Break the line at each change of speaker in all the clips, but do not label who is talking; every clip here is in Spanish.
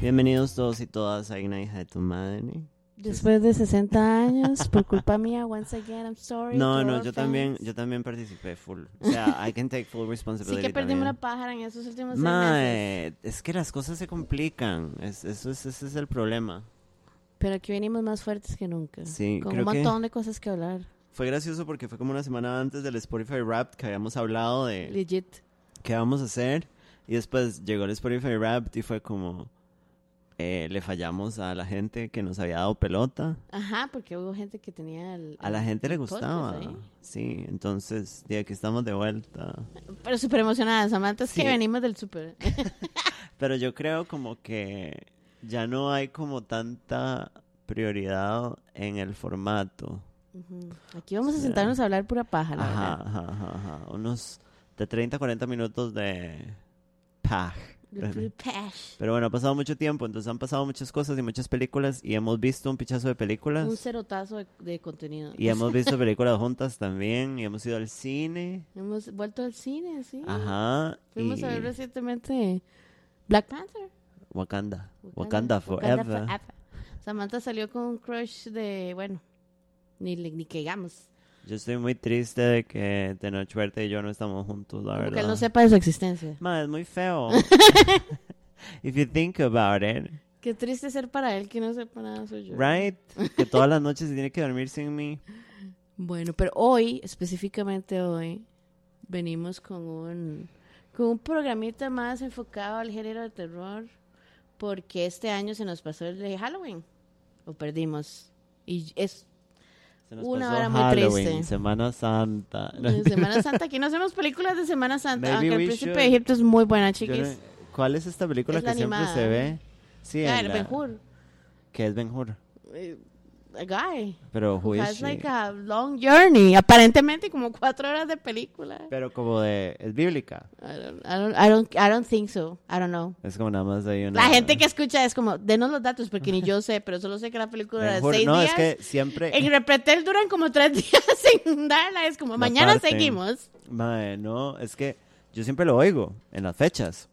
Bienvenidos todos y todas a Una hija de tu madre.
Después de 60 años, por culpa mía, once again, I'm sorry.
No,
to
no,
all
yo
fans.
también, yo también participé full. O sea, I can take full
Sí
responsibility.
que
también.
perdimos la pájara en esos últimos seis meses.
Mae, es que las cosas se complican. Es, eso es, ese es el problema.
Pero aquí venimos más fuertes que nunca.
Sí,
con
creo
un
que-
montón de cosas que hablar.
Fue gracioso porque fue como una semana antes del Spotify Wrapped que habíamos hablado de
Legit.
qué vamos a hacer. Y después llegó el Spotify Wrapped y fue como. eh, le fallamos a la gente que nos había dado pelota.
Ajá, porque hubo gente que tenía. el-
A la gente le
el podcast
gustaba.
ahí.
Sí, entonces, de aquí estamos de vuelta.
Pero súper emocionada, Samantha, es
Sí.
que venimos del súper.
Pero yo creo como que ya no hay como tanta prioridad en el formato.
Ujú. Aquí vamos
Sí.
a sentarnos a hablar pura paja, la
Ajá,
verdad.
ajá, ajá, ajá. Unos de 30, 40 minutos de paj.
De pura pash.
Pero bueno, ha pasado mucho tiempo, entonces han pasado muchas cosas y muchas películas y hemos visto un pichazo de
Un
películas.
cerotazo de, de contenido.
Y hemos visto películas juntas también y hemos ido al cine.
Hemos vuelto al cine, sí.
Ajá.
Fuimos
y
a ver recientemente Black Panther.
Wakanda. Wakanda,
Wakanda
Forever.
Samantha salió con un crush de, bueno, ni, le- ni que digamos.
Yo estoy muy triste de que Tenoch Huerta y yo no estamos juntos, la
Como
verdad.
que él no sepa de su existencia.
Ma, es muy feo. If you think about it,
Qué triste ser para él que no sepa nada suyo.
right? Que todas las noches se tiene que dormir sin mí.
Bueno, pero hoy, específicamente hoy, venimos con un, con un programita más enfocado al género de terror, porque este año se nos pasó el de Halloween, o perdimos. Y es
Se nos
Una
pasó
hora muy
Halloween,
triste.
Semana Santa. No,
de Semana Santa, aquí no hacemos películas de Semana Santa,
Maybe
aunque
we
el Príncipe
should.
de Egipto es muy buena,
yo no-
chiquis.
¿Cuál es esta película
Es
que
la
siempre
animada.
se ve? Sí, en
Claro,
la-
Ben Hur.
Que es Ben Hur.
eh, a guy.
Pero who is
Has
she?
like a long journey. Aparentemente como cuatro horas de película.
Pero como de... Es bíblica.
I don't, I don't, I don't, I don't think so. I don't know.
Es como nada más ahí una...
La gente que escucha es como, denos los datos porque ni yo sé, pero solo sé que la película
Ben
dura
Hur-
seis
No,
días.
es que eh, siempre...
En Repretel duran como tres días sin darla. Es como,
La
mañana
parten.
seguimos.
Mae, no, es que yo siempre lo oigo en las fechas.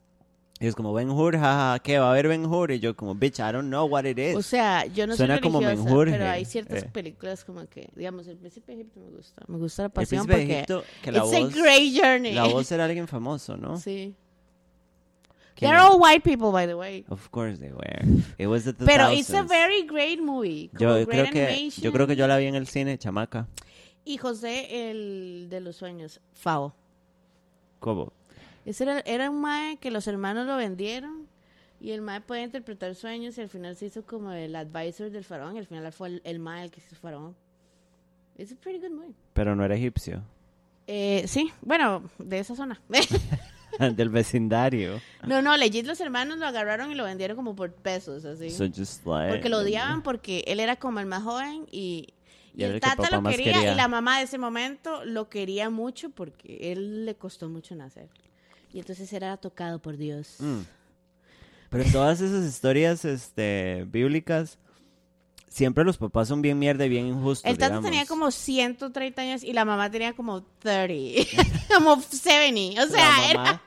Y es como Ben Hur, jaja, ¿qué va a haber Ben Hur? Y yo como, bitch, I don't know what it is.
O sea, yo no
Suena
soy
como
religiosa,
Menjurje,
pero hay ciertas
eh.
películas como que, digamos, El Príncipe de Egipto me gusta. Me gusta la
El
pasión
príncipe de
porque
Egipto, que la
it's
voz,
a great journey.
la voz era alguien famoso, ¿no?
Sí.
¿Quién
They're
era?
all white people, by the way.
Of course they were. It was the
Pero it's a
2000s.
very great movie. como
yo
great
creo que
animation.
yo creo que yo la vi en el cine, chamaca.
Y José, el de los sueños, Fao.
¿Cómo?
Ese era, era un mae que los hermanos lo vendieron. Y el mae puede interpretar sueños y al final se hizo como el advisor del faraón. Y al final fue el, el mae el que hizo el faraón. It's a pretty good movie.
Pero no era egipcio,
Eh, sí, bueno, de esa zona.
del vecindario.
no, no, legit los hermanos lo agarraron y lo vendieron como por pesos, así.
So just like-
Porque lo odiaban porque él era como el más joven y,
Eh, Y
y
era
el
el que
tata
papá
lo
más
quería,
quería.
y la mamá de ese momento lo quería mucho porque él le costó mucho nacer. Y entonces era tocado por Dios.
Mm. Pero en todas esas historias este, bíblicas, siempre los papás son bien mierda y bien injustos.
El tata
digamos.
tenía como 130 años y la mamá tenía como 30, como 70. O sea,
la mamá,
era...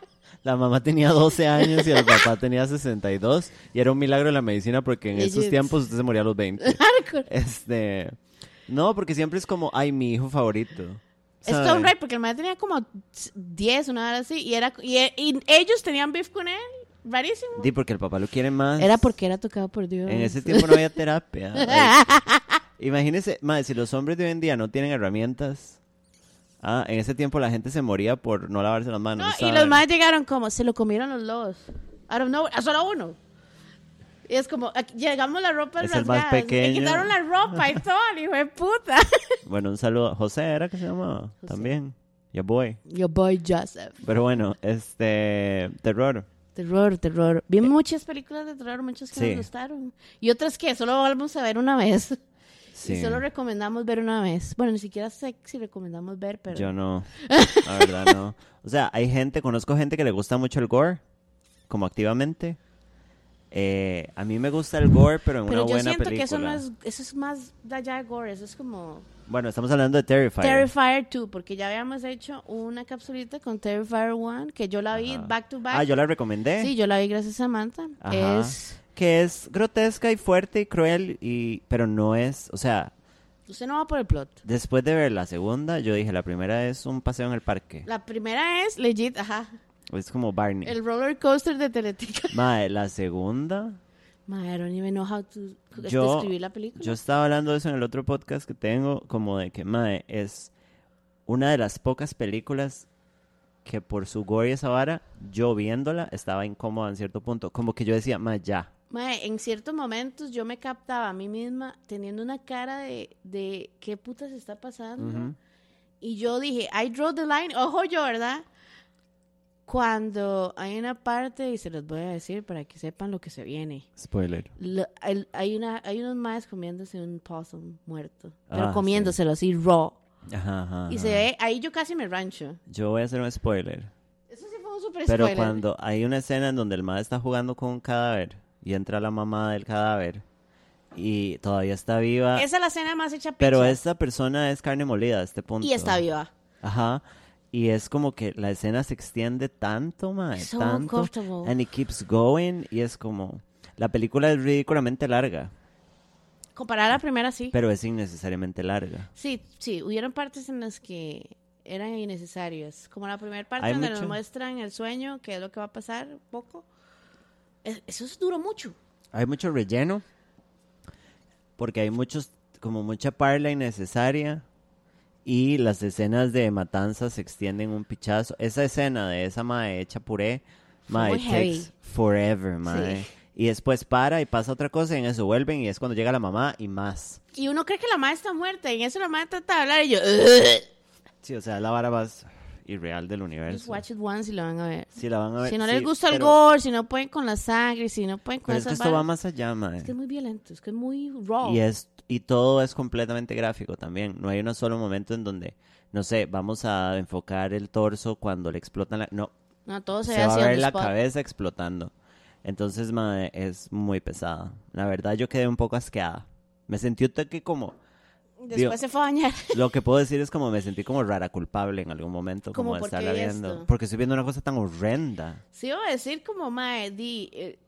la mamá tenía 12 años y el papá tenía 62. Y era un milagro de la medicina porque en esos
Legit.
tiempos usted se moría a los 20.
hardcore.
Este, no, porque siempre es como, ay, mi hijo favorito. ¿sabe?
Stone Ride, porque el madre tenía como 10, una hora así, y, era, y, y ellos tenían beef con él, rarísimo.
Di, porque el papá lo quiere más.
Era porque era tocado por Dios.
En ese tiempo no había terapia. Ay, Imagínese, madre, si los hombres de hoy en día no tienen herramientas. Ah, en ese tiempo la gente se moría por no lavarse las manos.
No, y
¿sabe?
los más llegaron como, se lo comieron los lobos. I don't know, a solo uno. Y es como, aquí- llegamos la ropa
Es el más
rasgada,
pequeño.
Me quitaron la ropa y todo, el hijo de puta.
Bueno, un saludo. José era que se llamaba.
José.
También. Ya voy.
Yo voy Joseph.
Pero bueno, este. Terror.
Terror, terror. Vi muchas películas de terror, muchas que
Eh. Sí.
nos gustaron. Y otras que solo vamos a ver una vez.
Sí.
Y solo recomendamos ver una vez. Bueno, ni siquiera sé si recomendamos ver, pero...
Yo no. La verdad, no. O sea, hay gente, conozco gente que le gusta mucho el gore. Como activamente. Eh, a mí me gusta el gore, pero en
Pero
una
yo
buena
siento
película.
que eso no es, eso es más de allá de gore, eso es como
Bueno, estamos hablando de Terrifier.
Terrifier 2, porque ya habíamos hecho una capsulita con Terrifier 1, que yo la vi
Ajá.
back to back.
Ah, yo la recomendé.
Sí, yo la vi gracias a Samantha.
Ajá.
Es,
que es grotesca y fuerte y cruel, y, pero no es, o sea,
Usted no va por el plot.
después de ver la segunda, yo dije, la primera es un paseo en el parque.
La primera es legit, ajá.
Es como Barney.
El roller coaster de Teletica.
Mae, la segunda,
Madre, I don't even know how to to
Yo-
escribir la película.
yo estaba hablando de eso en el otro podcast que tengo, como de que, mae, es una de las pocas películas que por su gore y esa vara, yo viéndola, estaba incómoda en cierto punto. Como que yo decía, mae, ya.
Mae, en ciertos momentos yo me captaba a mí misma teniendo una cara de, de qué puta se está pasando.
Ujú.
Y yo dije, I draw the line, ojo yo, ¿verdad? Cuando hay una parte, y se los voy a decir para que sepan lo que se viene.
Spoiler.
Lo- el- hay, una, hay unos más comiéndose un possum muerto. Pero
Ah,
comiéndoselo así, raw.
Ajá, ajá,
Y
ajá.
se ve, ahí yo casi me rancho.
Yo voy a hacer un spoiler.
Eso sí fue un super
Pero
spoiler.
cuando hay una escena en donde el madre está jugando con un cadáver y entra la mamá del cadáver y todavía está viva,
Esa es la escena más hecha
pero
picha.
esta persona es carne molida a este punto.
Y está viva.
Ajá. Y es como que la escena se extiende tanto, madre,
So
tanto.
uncomfortable.
And it keeps going y es como la película es ridículamente larga,
Comparar a la primera, sí.
pero es innecesariamente larga.
Sí, sí, hubieron partes en las que eran innecesarias. Como la primera parte
Hay
donde
mucho.
nos muestran el sueño, que es lo que va a pasar, un poco. Es- Eso es duro mucho.
Hay mucho relleno porque hay muchos como mucha parla innecesaria y las escenas de matanza se extienden un pichazo. Esa escena de esa mae hecha puré, mae
muy
it
heavy.
takes forever, mae.
Sí.
Y después para y pasa otra cosa y en eso vuelven y es cuando llega la mamá y más.
Y uno cree que la madre está muerta, y en eso la madre trata de hablar, y yo.
Sí, o sea, es la vara más irreal del
Just
universo.
watch it once y lo van a ver.
Si la van a ver.
si no
sí,
les gusta el
pero-
gore, si no pueden con la sangre, si no pueden con
Pero es que
esas
esto va
varas.
más allá, mae.
Es que es muy violento, es que es muy raw.
Y es y todo es completamente gráfico también. No hay un solo momento en donde, no sé, vamos a enfocar el torso cuando le explotan la... No,
No, todo se,
se
ve
va
así
a
on
ver
the
la
spot.
cabeza explotando. Entonces, mae, es muy pesada. La verdad, yo quedé un poco asqueada. Me sentí un toque como...
Después
Digo-
se fue a bañar.
Lo que puedo decir es como me sentí como rara culpable en algún momento,
Como,
como de
¿por qué
estarla
vi
viendo.
esto?
Porque estoy viendo una cosa tan horrenda.
Sí, iba a decir como, mae, di, eh,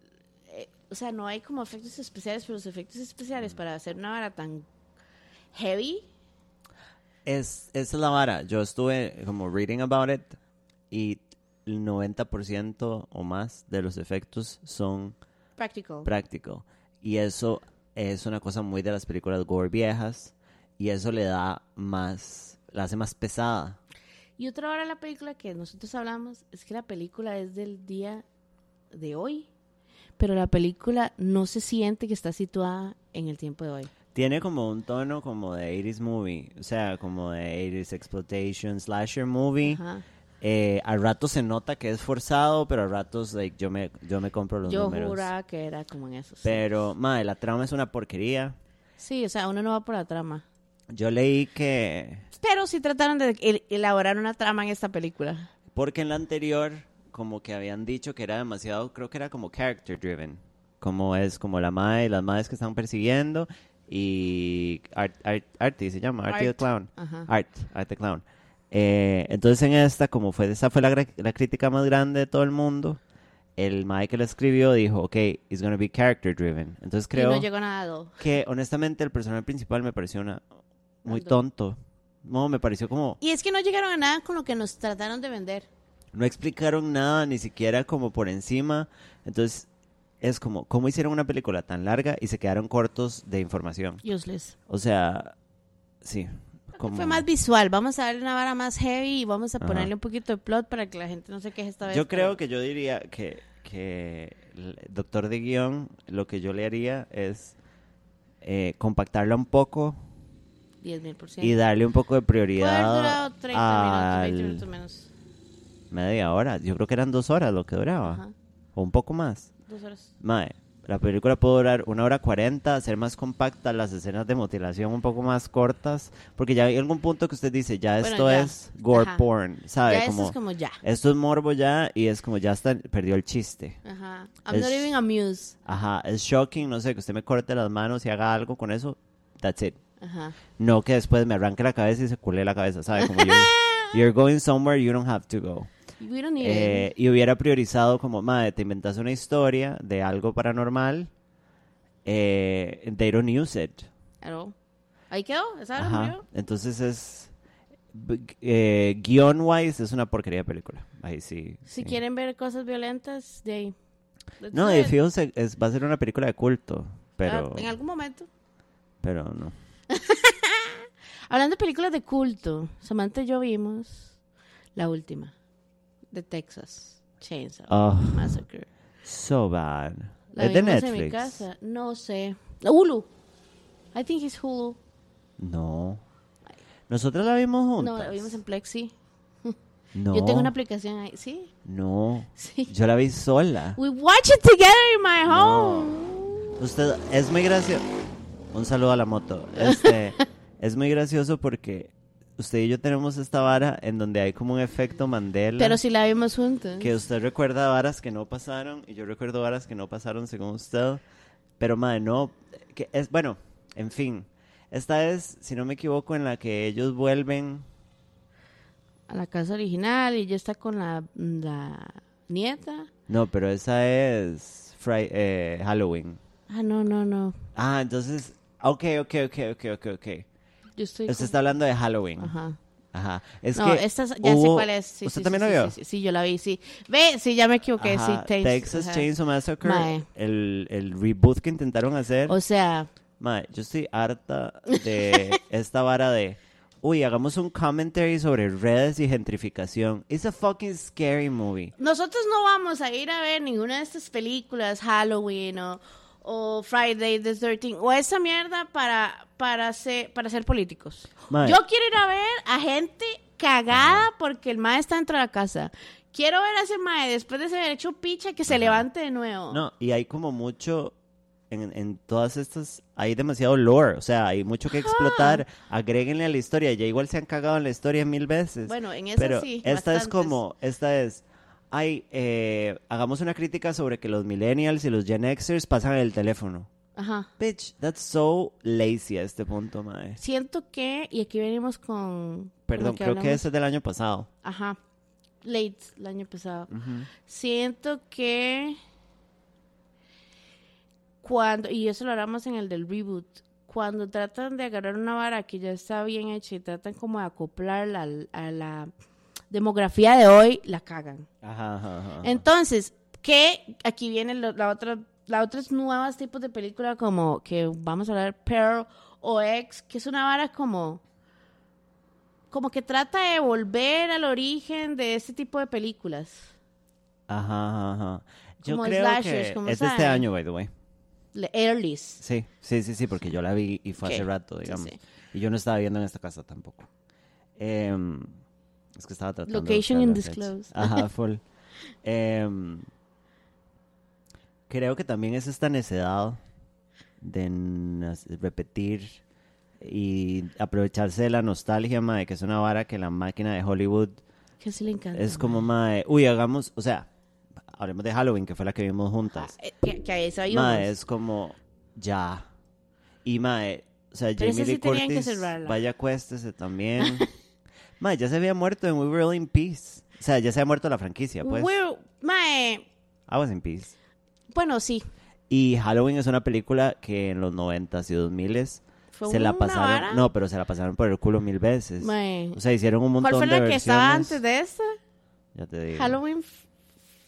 eh, o sea, no hay como efectos especiales, pero los efectos especiales para hacer una vara tan heavy,
Es, esa es la vara. Yo estuve como reading about it y el 90% o más de los efectos son
practical.
práctico. Y eso es una cosa muy de las películas gore viejas. Y eso le da más, la hace más pesada.
y otra hora la película que nosotros hablamos es que la película es del día de hoy, pero la película no se siente que está situada en el tiempo de hoy.
Tiene como un tono como de 80s movie, o sea, como de 80s exploitation, slasher movie.
Ajá.
Eh, a ratos se nota que es forzado, pero a ratos like, yo, me, yo me compro los
Yo
números.
juraba que era como en esos.
Pero, madre, la trama es una porquería.
Sí, o sea, uno no va por la trama.
Yo leí que...
Pero sí trataron de el- elaborar una trama en esta película.
Porque en la anterior, como que habían dicho que era demasiado, creo que era como character driven. Como es como la madre, las madres que están persiguiendo y Art, Art- Artie se llama, Artie
Art.
the Clown.
Ajá.
Art, Art the Clown. Eh, entonces en esta, como fue, esa fue la, gra- la crítica más grande de todo el mundo, el mae que la escribió dijo, ok, it's gonna be character driven. Entonces creo
Y no llegó nada. a dos.
que honestamente el personaje principal me pareció una, muy
Ando.
tonto. No, me pareció como...
Y es que no llegaron a nada con lo que nos trataron de vender.
no explicaron nada, ni siquiera como por encima. Entonces, es como, ¿cómo hicieron una película tan larga y se quedaron cortos de información?
Useless.
O sea, sí. Como,
Fue más visual. Vamos a darle una vara más heavy y vamos a
Ajá.
ponerle un poquito de plot para que la gente no se queje esta vez.
yo creo que yo diría que, que el doctor de guión, lo que yo le haría es eh, compactarla un poco
10 mil por
y
ciento.
darle un poco de
Puede haber durado
prioridad
30 minutos,
al
20 minutos menos.
media hora. Yo creo que eran dos horas lo que duraba,
Ajá.
o un poco más.
Dos horas.
Mae, la película puede durar una hora cuarenta, ser más compacta, las escenas de mutilación un poco más cortas, porque ya hay algún punto que usted dice, ya
Bueno,
esto
ya.
es gore
Ajá.
porn, ¿sabe?
ya
Ah, como,
esto es como ya.
esto es morbo ya y es como ya está, perdió el chiste.
Ajá. I'm
Eh, es-
not even amused.
Ajá, es shocking, no sé, que usted me corte las manos y haga algo con eso, that's it.
Ajá.
No que después me arranque la cabeza y se culé la cabeza, ¿sabe? Como you're, you're going somewhere you don't have to go.
We don't need
Eh, y hubiera priorizado como, madre, te inventas una historia de algo paranormal eh, they don't use it.
Claro. Ahí quedó, esa hora
Ajá.
murió.
Entonces es. b- eh, guión wise es una porquería de película. Ahí sí.
Si
sí.
quieren ver cosas violentas, de ahí.
No,
Entonces,
de fijo se- es- va a ser una película de culto. Pero,
ah, En algún momento.
pero no.
Hablando de películas de culto, Samantha y yo vimos la última, de Texas, Chainsaw
Oh,
Massacre.
so bad.
La
es de
vimos en mi
Netflix.
casa, no sé. Hulu. I think it's Hulu.
No. Nosotros la vimos juntas.
No, la vimos en Plexi.
No,
Yo tengo una aplicación ahí, sí,
no.
sí.
Yo la vi sola.
We watch it together in my home.
Usted es muy gracioso. Un saludo a la moto. Este, es muy gracioso porque usted y yo tenemos esta vara en donde hay como un efecto Mandela.
Pero si la vimos juntos.
Que usted recuerda varas que no pasaron y yo recuerdo varas que no pasaron según usted. Pero madre, no. Que es, bueno, en fin. Esta es, si no me equivoco, en la que ellos vuelven.
A la casa original y ella está con la, la nieta.
No, pero esa es Fri- eh, Halloween.
Ah, no, no, no.
Ah, entonces. Ok, ok, ok, ok, ok, ok.
Yo estoy.
Usted
con-
está hablando de Halloween.
Ajá.
Ajá. Es
no,
que
esta es- ya sé
hubo-
cuál es. Sí,
¿Usted
sí,
también
sí,
la
sí,
vio?
Sí, sí, yo la vi, sí. Ve, sí, ya me equivoqué. sí,
Ajá,
Tex-
Texas
ajá.
Chainsaw Massacre,
Mae.
el, el reboot que intentaron hacer.
O sea,
Mae, yo estoy harta de esta vara de, uy, hagamos un commentary sobre redes y gentrificación. It's a fucking scary movie.
nosotros no vamos a ir a ver ninguna de estas películas, Halloween o, o Friday the 13th, o esa mierda para, para, ser, para ser políticos.
Mae.
Yo quiero ir a ver a gente cagada porque el mae está dentro de la casa. Quiero ver a ese mae después de ese hecho picha que se levante de nuevo.
No, y hay como mucho, en, en todas estas, hay demasiado lore, o sea, hay mucho que explotar. Agréguenle a la historia, ya igual se han cagado en la historia mil veces.
Bueno, en esa
pues, Pero
sí,
esta es
bastantes.
como, esta es, ay, eh, hagamos una crítica sobre que los millennials y los Gen Xers pasan el teléfono.
Ajá.
Bitch, that's so lazy a este punto, mae.
Siento que, y aquí venimos con... con
Perdón,
lo
creo que
hablamos.
ese es del año pasado.
Ajá. Late, el año pasado. Siento que... Cuando, y eso lo hablamos en el del reboot, cuando tratan de agarrar una vara que ya está bien hecha y tratan como de acoplarla al- a la demografía de hoy, la cagan.
Ajá, ajá, ajá.
Entonces, que aquí viene lo- la otra, la otros nuevos tipos de película como que vamos a hablar Pearl o X, que es una vara como como que trata de volver al origen de este tipo de películas.
Ajá, ajá, ajá. Yo
Como
creo
slashers,
que
como
es de este
saben.
año, by the way.
Le- Earlys.
Sí, sí, sí, sí, porque yo la vi y fue hace
Ok,
rato,
sí,
digamos.
sí.
Y yo no estaba viendo en esta casa tampoco. Em, es que estaba tratando. de buscar
Location
la
undisclosed.
fecha. Ajá, full. Em, creo que también es esta necedad de n- repetir y aprovecharse de la nostalgia, mae, que es una vara que la máquina de Hollywood
Que sí le encanta.
es como, mae, uy, hagamos, o sea, hablemos de Halloween, que fue la que vimos
Ah,
juntas.
eh, que, que ahí se hay
Mae,
unos.
es como, ya. Y Mae, o sea,
Pero
Jamie
esa sí
Lee
tenían que
Curtis,
cerrarla.
vaya acuéstese también. mae, ya se había muerto en We Were All in Peace. O sea, ya se había muerto la franquicia, pues.
We're- mae,
I was in peace.
bueno, sí.
Y Halloween es una película que en los 90s y 2000s
Fue
se la
una
pasaron,
vara.
no, pero se la pasaron por el culo mil veces.
Mae.
O sea, hicieron un montón
¿Cuál fue
de
la que estaba
versiones.
antes de esta?
Ya te digo.
Halloween. f-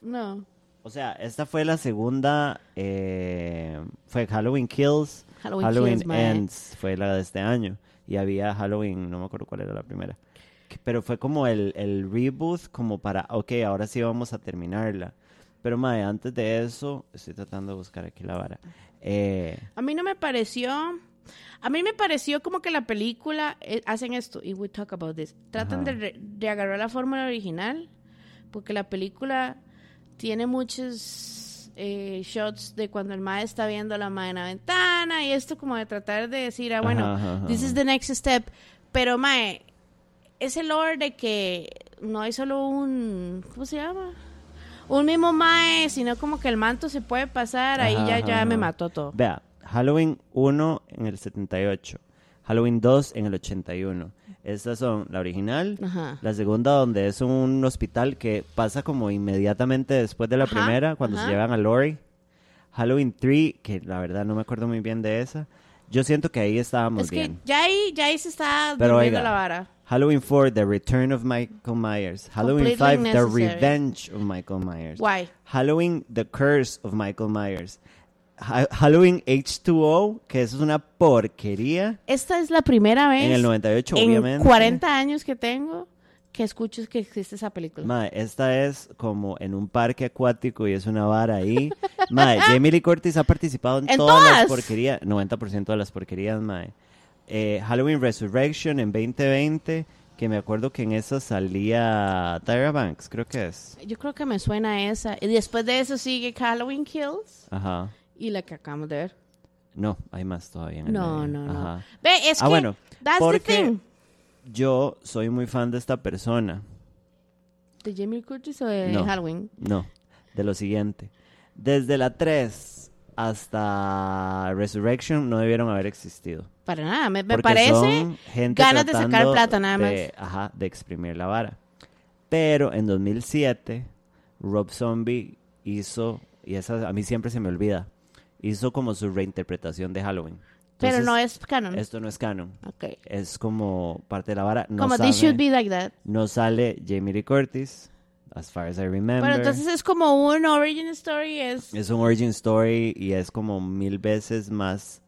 No.
O sea, esta fue la segunda. eh, fue Halloween Kills.
Halloween
Halloween,
Kills, mae.
Ends fue la de este año. Y había Halloween, no me acuerdo cuál era la primera. Que- Pero fue como el, el reboot, como para, ok, ahora sí vamos a terminarla. Pero, mae, antes de eso, estoy tratando de buscar aquí la vara. Eh,
A mí no me pareció. A mí me pareció como que la película eh, hacen esto, y we talk about this. Tratan
Ajá.
de, re- de agarrar la fórmula original, porque la película tiene muchos eh, shots de cuando el mae está viendo a la mae en la ventana, y esto como de tratar de decir, ah, bueno,
Ajá, ajá, ajá.
this is the next step. Pero mae, ese lore de que no hay solo un. ¿Cómo se llama? Un mismo mae, sino como que el manto se puede pasar, ahí
Ajá,
ya,
ajá,
ya me
ajá.
mató todo.
Vea, Halloween 1 en el 78, Halloween 2 en el 81. Estas son la original,
Ajá.
la segunda donde es un hospital que pasa como inmediatamente después de la
Ajá,
primera, cuando
ajá.
se llevan a Lori. Halloween 3, que la verdad no me acuerdo muy bien de esa. Yo siento que ahí estábamos
Es que
bien.
ya ahí, ya ahí se está
Pero
durmiendo
oiga,
la vara.
Halloween 4, The Return of Michael Myers. Halloween
Completely
5, The
unnecessary.
Revenge of Michael Myers.
Why?
Halloween, The Curse of Michael Myers. Ha- Halloween H2O, que eso es una porquería.
Esta es la primera vez
En el 98,
en
obviamente.
40 años que tengo que escucho que existe esa película.
Mae, esta es como en un parque acuático y es una vara ahí. Mae, Jamie Lee Curtis ha participado en,
¡En
todas, las
todas!
porquerías, 90% de las porquerías, mae. Eh, Halloween Resurrection en 2020, que me acuerdo que en esa salía Tyra Banks, creo que es.
Yo creo que me suena esa. Y después de eso sigue Halloween Kills
Ajá.
y la que acabamos de ver.
No, hay más todavía. En el
No,
medio.
no, no.
Ah, Ajá.
Ve, es
Ah,
que
bueno,
that's
porque-
the thing.
Yo soy muy fan de esta persona.
¿De Jamie Curtis o de
No.
Halloween?
No, de lo siguiente. Desde la 3 hasta Resurrection no debieron haber existido.
Para nada, me, me
Porque
parece.
son gente
ganas de sacar
tratando
plata nada más.
de- ajá, de exprimir la vara. Pero en 2007, Rob Zombie hizo, y esa a mí siempre se me olvida, hizo como su reinterpretación de Halloween.
pero
Entonces,
no es canon.
Esto no es canon.
Ok.
Es como parte de la vara. No
como
sabe-
This Should Be Like That.
no sale Jamie Lee Curtis, as far as I remember.
Pero entonces es como un origin story, es...
Es un origin story y es como mil veces más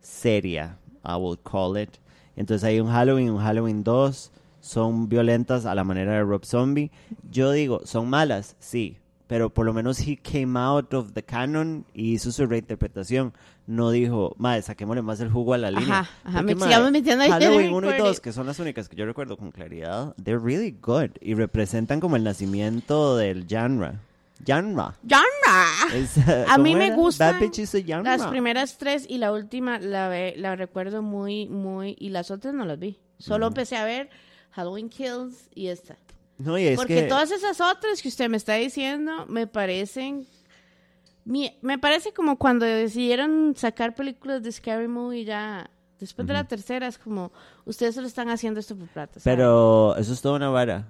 seria, I will call it. Entonces hay un Halloween, un Halloween 2, son violentas a la manera de Rob Zombie. Yo digo, son malas, sí, pero por lo menos he came out of the canon y hizo su reinterpretación. No dijo, madre, saquémosle más el jugo a la línea.
Ajá, ajá,
Porque,
me- sigamos metiendo ahí en el
Halloween 1 y
recuerdo.
2, que son las únicas que yo recuerdo con claridad, they're really good y representan como el nacimiento del genre. Genre.
¡Genre!
Es, eh,
A mí
¿cómo
me
era?
gustan
That bitch is a young
Las
rock.
primeras tres y la última la, ve- la recuerdo muy, muy... Y las otras no las vi.
Mm.
Solo empecé a ver Halloween Kills y esta.
No, y es
Porque
que
todas esas otras que usted me está diciendo me parecen... mi- me parece como cuando decidieron sacar películas de Scary Movie ya... Después de la tercera es como... Ustedes solo están haciendo esto por plata. ¿sabe?
Pero eso es toda una vara.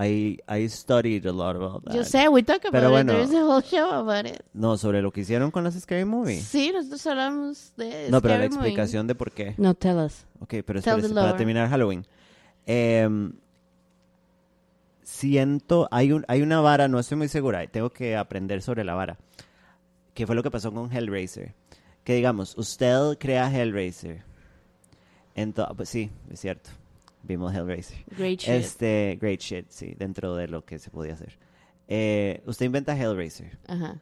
I, I studied a lot about that.
Yo sé, we talk
Pero
about
bueno.
it. There's a whole show about it.
No, sobre lo que hicieron con las Scary Movie.
Sí, nosotros hablamos de
no, pero la
Scary Movie.
explicación de por qué.
No, tell us.
Ok, pero
Tell the
espérese, para
lover.
terminar Halloween. Em, siento, hay, un, hay una vara, no estoy muy segura, y tengo que aprender sobre la vara. Que fue lo que pasó con Hellraiser. Que digamos, usted crea Hellraiser. Entonces, pues sí, es cierto. Vimos Hellraiser.
Great shit.
Este, great shit, sí, dentro de lo que se podía hacer. Eh, usted inventa Hellraiser.
Ajá.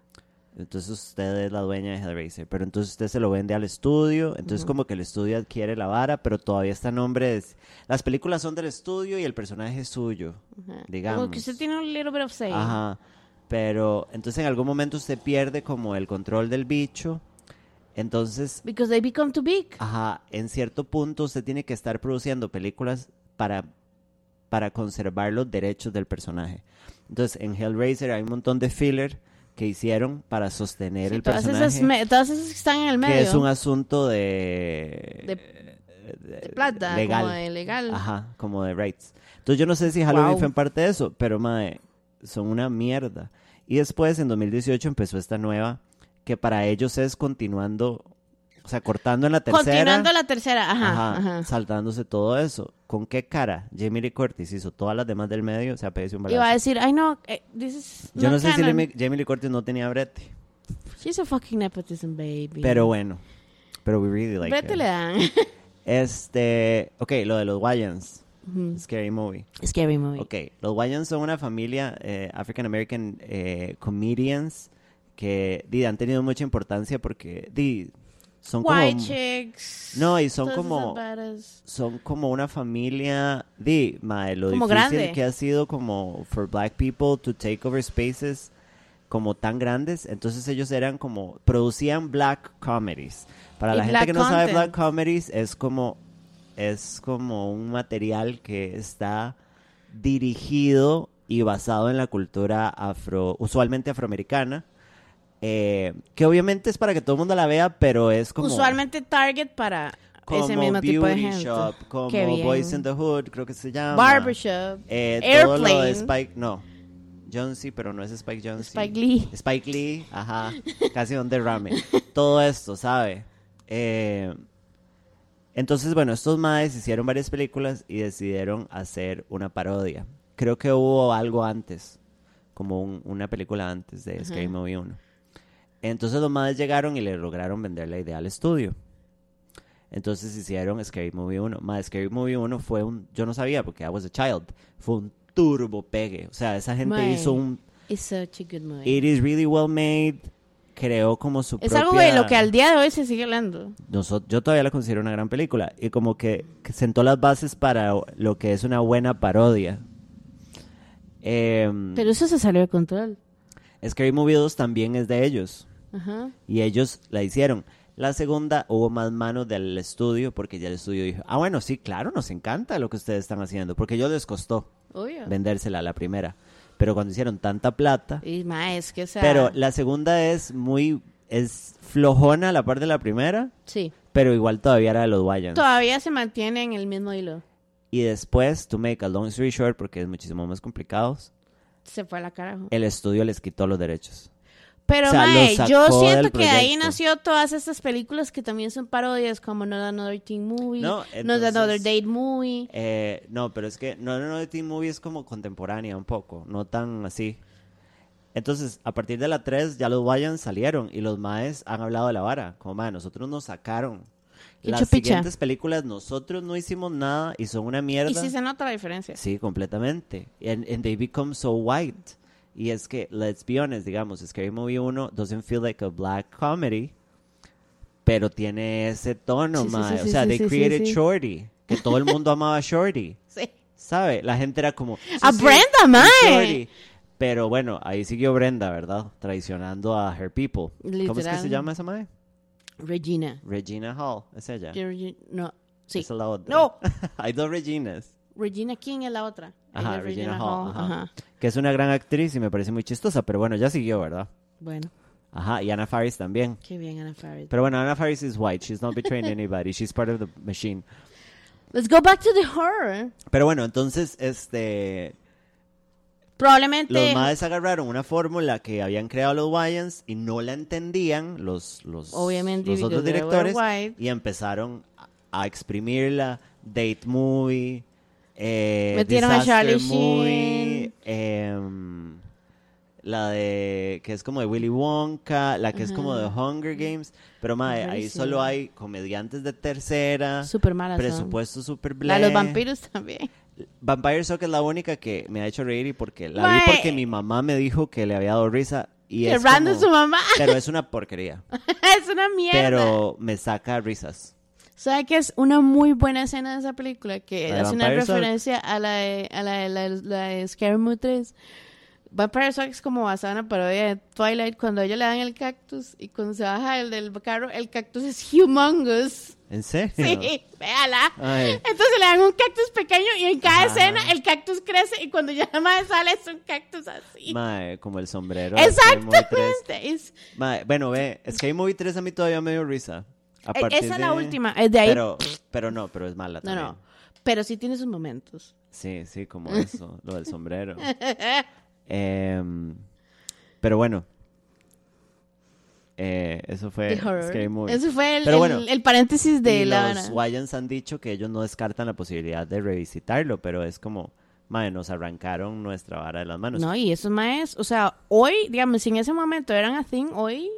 Entonces usted es la dueña de Hellraiser, pero entonces usted se lo vende al estudio, entonces como que el estudio adquiere la vara, pero todavía está en nombre de... Las películas son del estudio y el personaje es suyo,
ajá.
digamos.
Como que usted tiene un little bit of say.
Ajá, pero entonces en algún momento usted pierde como el control del bicho, entonces,
Because they become too big.
ajá, en cierto punto usted tiene que estar produciendo películas para, para conservar los derechos del personaje. Entonces en Hellraiser hay un montón de filler que hicieron para sostener el
todas,
personaje.
esas me- todas esas que están en el medio.
Que es un asunto de...
De- de plata,
legal.
como de legal.
Ajá, como de rights. Entonces yo no sé si Halloween
Wow.
fue en parte de eso, pero mae, son una mierda. Y después, en 2018, empezó esta nueva, que para ellos es continuando, o sea, cortando en la tercera.
Continuando la tercera. Ajá,
ajá,
ajá.
saltándose todo eso. ¿Con qué cara? Jamie Lee Curtis hizo todas las demás del medio, o sea, pese un balazo.
Iba a decir, ay no, eh, this is
Yo no
not
sé si
canon.
Jamie- Jamie Lee Curtis no tenía brete,
She's a fucking nepotism baby.
pero bueno. Pero we really like eh,
Vete
her.
le dan.
Este, ok, lo de los Wyans.
Ujú.
Scary Movie.
Scary movie.
Ok, los Wyans son una familia eh, African American eh, comedians que di, han tenido mucha importancia porque di, son
White
como
chicks.
No, y son
todas
como-
esas varas.
son como una familia di, mae, lo
Como
difícil
grande.
que ha sido como for black people to take over spaces como tan grandes, entonces ellos eran como producían black comedies. Para
Y
la gente
black
que no sabe
content.
black comedies es como es como un material que está dirigido y basado en la cultura afro, usualmente afroamericana, eh, que obviamente es para que todo el mundo la vea, pero es como
Usualmente target para
como
ese mismo
Beauty
tipo de gente.
Shop, como
Qué bien.
Boys in the Hood, creo que se llama.
Barbershop,
Eh, todo lo de
Airplane,
Spike, no. Jonsi, pero no es Spike Jonsi.
Spike Lee.
Spike Lee, ajá, casi un derrame. Todo esto, ¿sabe? Eh, entonces, bueno, estos madres hicieron varias películas y decidieron hacer una parodia. Creo que hubo algo antes, como un- una película antes de Scary Movie 1. Entonces los madres llegaron y le lograron vender la idea al estudio. Entonces hicieron Scary Movie 1. Más Scary Movie 1 fue un, yo no sabía porque I was a child, fue un turbo pegue. O sea, esa gente
Mae.
hizo un,
It's such a good movie.
it is really well made, creó como su
es
propia...
algo de lo que al día de hoy se sigue hablando.
Noso- yo todavía la considero una gran película y como que, que sentó las bases para lo que es una buena parodia. Em,
Pero eso se salió de control.
Scary Movie 2 también es de ellos
Ajá.
y ellos la hicieron. La segunda hubo más manos del estudio porque ya el estudio dijo, ah bueno, sí, claro, nos encanta lo que ustedes están haciendo porque a ellos les costó
Obvio.
vendérsela a la primera. Pero cuando hicieron tanta plata,
Y mae, es que o sea,
pero la segunda es muy, es flojona a la par de la primera,
sí.
pero igual todavía era de los Wayans.
Todavía se mantiene en el mismo hilo.
Y después, to make a long story short, porque es muchísimo más complicado,
Se fue a la carajo.
el estudio les quitó los derechos.
Pero
Eh, o sea, lo
mae,
sacó
yo
del
siento que de ahí
proyecto.
nació todas estas películas que también son parodias como Not Another Teen Movie,
No,
Not
entonces-
Another Date Movie.
Eh, no, pero es que no, no, no, de Teen Movie es como contemporánea un poco, no tan así. Entonces, a partir de la 3, ya los Wayans salieron y los Maes han hablado de la vara. Como, mae, nosotros nos sacaron.
Qué
Las
chupicha.
siguientes películas, nosotros no hicimos nada y son una mierda.
Y sí se nota la diferencia.
Sí, completamente. And, and they become so white. Y es que, let's be honest, digamos, Scary Movie 1 doesn't feel like a black comedy, pero tiene ese tono,
Sí, sí,
mae.
sí,
o
sí,
sea,
sí,
they
sí, sí,
created
sí.
Shorty, que todo el mundo amaba Shorty,
Sí.
¿sabe? La gente era como... "Sí,
A
sí,
Brenda, mae".
Shorty. Pero bueno, ahí siguió Brenda, ¿verdad? Traicionando a her people. ¿Cómo es que se
Literal.
llama esa mae?
Regina.
Regina Hall, es ella.
Yo- yo- No, sí.
Esa es la otra.
No.
Hay dos Reginas.
Regina King es la otra.
Ajá,
Ella es
Regina, Hall. ajá.
ajá.
Que es una gran actriz y me parece muy chistosa, pero bueno, ya siguió, ¿verdad?
Bueno,
Ajá, y Anna Faris también.
qué bien, Ana Farid.
Pero bueno, Anna Faris is white, she's not betraying anybody, she's part of the machine.
Let's go back to the horror.
Pero bueno, entonces, este, los
Probablemente.
madres agarraron una fórmula que habían creado los Wayans y no la entendían los, los,
Obviamente,
los otros
los de
directores
White.
y empezaron a, a exprimirla, date movie, eh,
Metieron a
disaster
Charlie
movie,
Sheen.
em, la de que es como de Willy Wonka, la que es como de Hunger Games, pero madre, ahí
Rarísimo.
solo hay comediantes de tercera,
Super malas. son.
presupuesto super
La de los
bleh.
vampiros también.
Vampire Suck es la única que me ha hecho reír y porque la
Mae.
vi porque mi mamá me dijo que le había dado risa y
Que
es
Rando es
como-
su mamá.
pero es una porquería,
es una mierda.
pero me saca risas.
¿Sabes qué es una muy buena escena de esa película? Que
¿La de
hace una
Vampire Suck?
referencia a la de, a la de, la de- la de Scary Movie 3. Vampire Suck es como basada en una parodia de Twilight cuando ellos le dan el cactus y cuando se baja el del carro, el cactus es humongous.
¿En serio?
Sí, véala.
Ay.
Entonces le dan un cactus pequeño y en cada
Ajá.
escena el cactus crece y cuando ya la madre sale es un cactus así.
Mae, como el sombrero. de Scary Movie tres.
Exactamente. Es-
Mae, bueno, ve, Scary Movie 3 a mí todavía me dio risa. A
e-
partir
esa es la
de-
última. Es de ahí.
Pero, pero no, pero es mala
no,
también.
no. Pero sí tiene sus momentos.
Sí, sí, como eso, lo del sombrero. Eh, Em, pero bueno. Eh, eso fue
The horror.
Scary Movie.
Eso fue el,
Pero
el-
bueno.
el paréntesis de
y
la
los
Habana.
Wayans han dicho que ellos no descartan la posibilidad de revisitarlo, pero es como, madre, nos arrancaron nuestra vara de las manos.
No, y eso más es, o sea, hoy, digamos, si en ese momento eran a thing, hoy,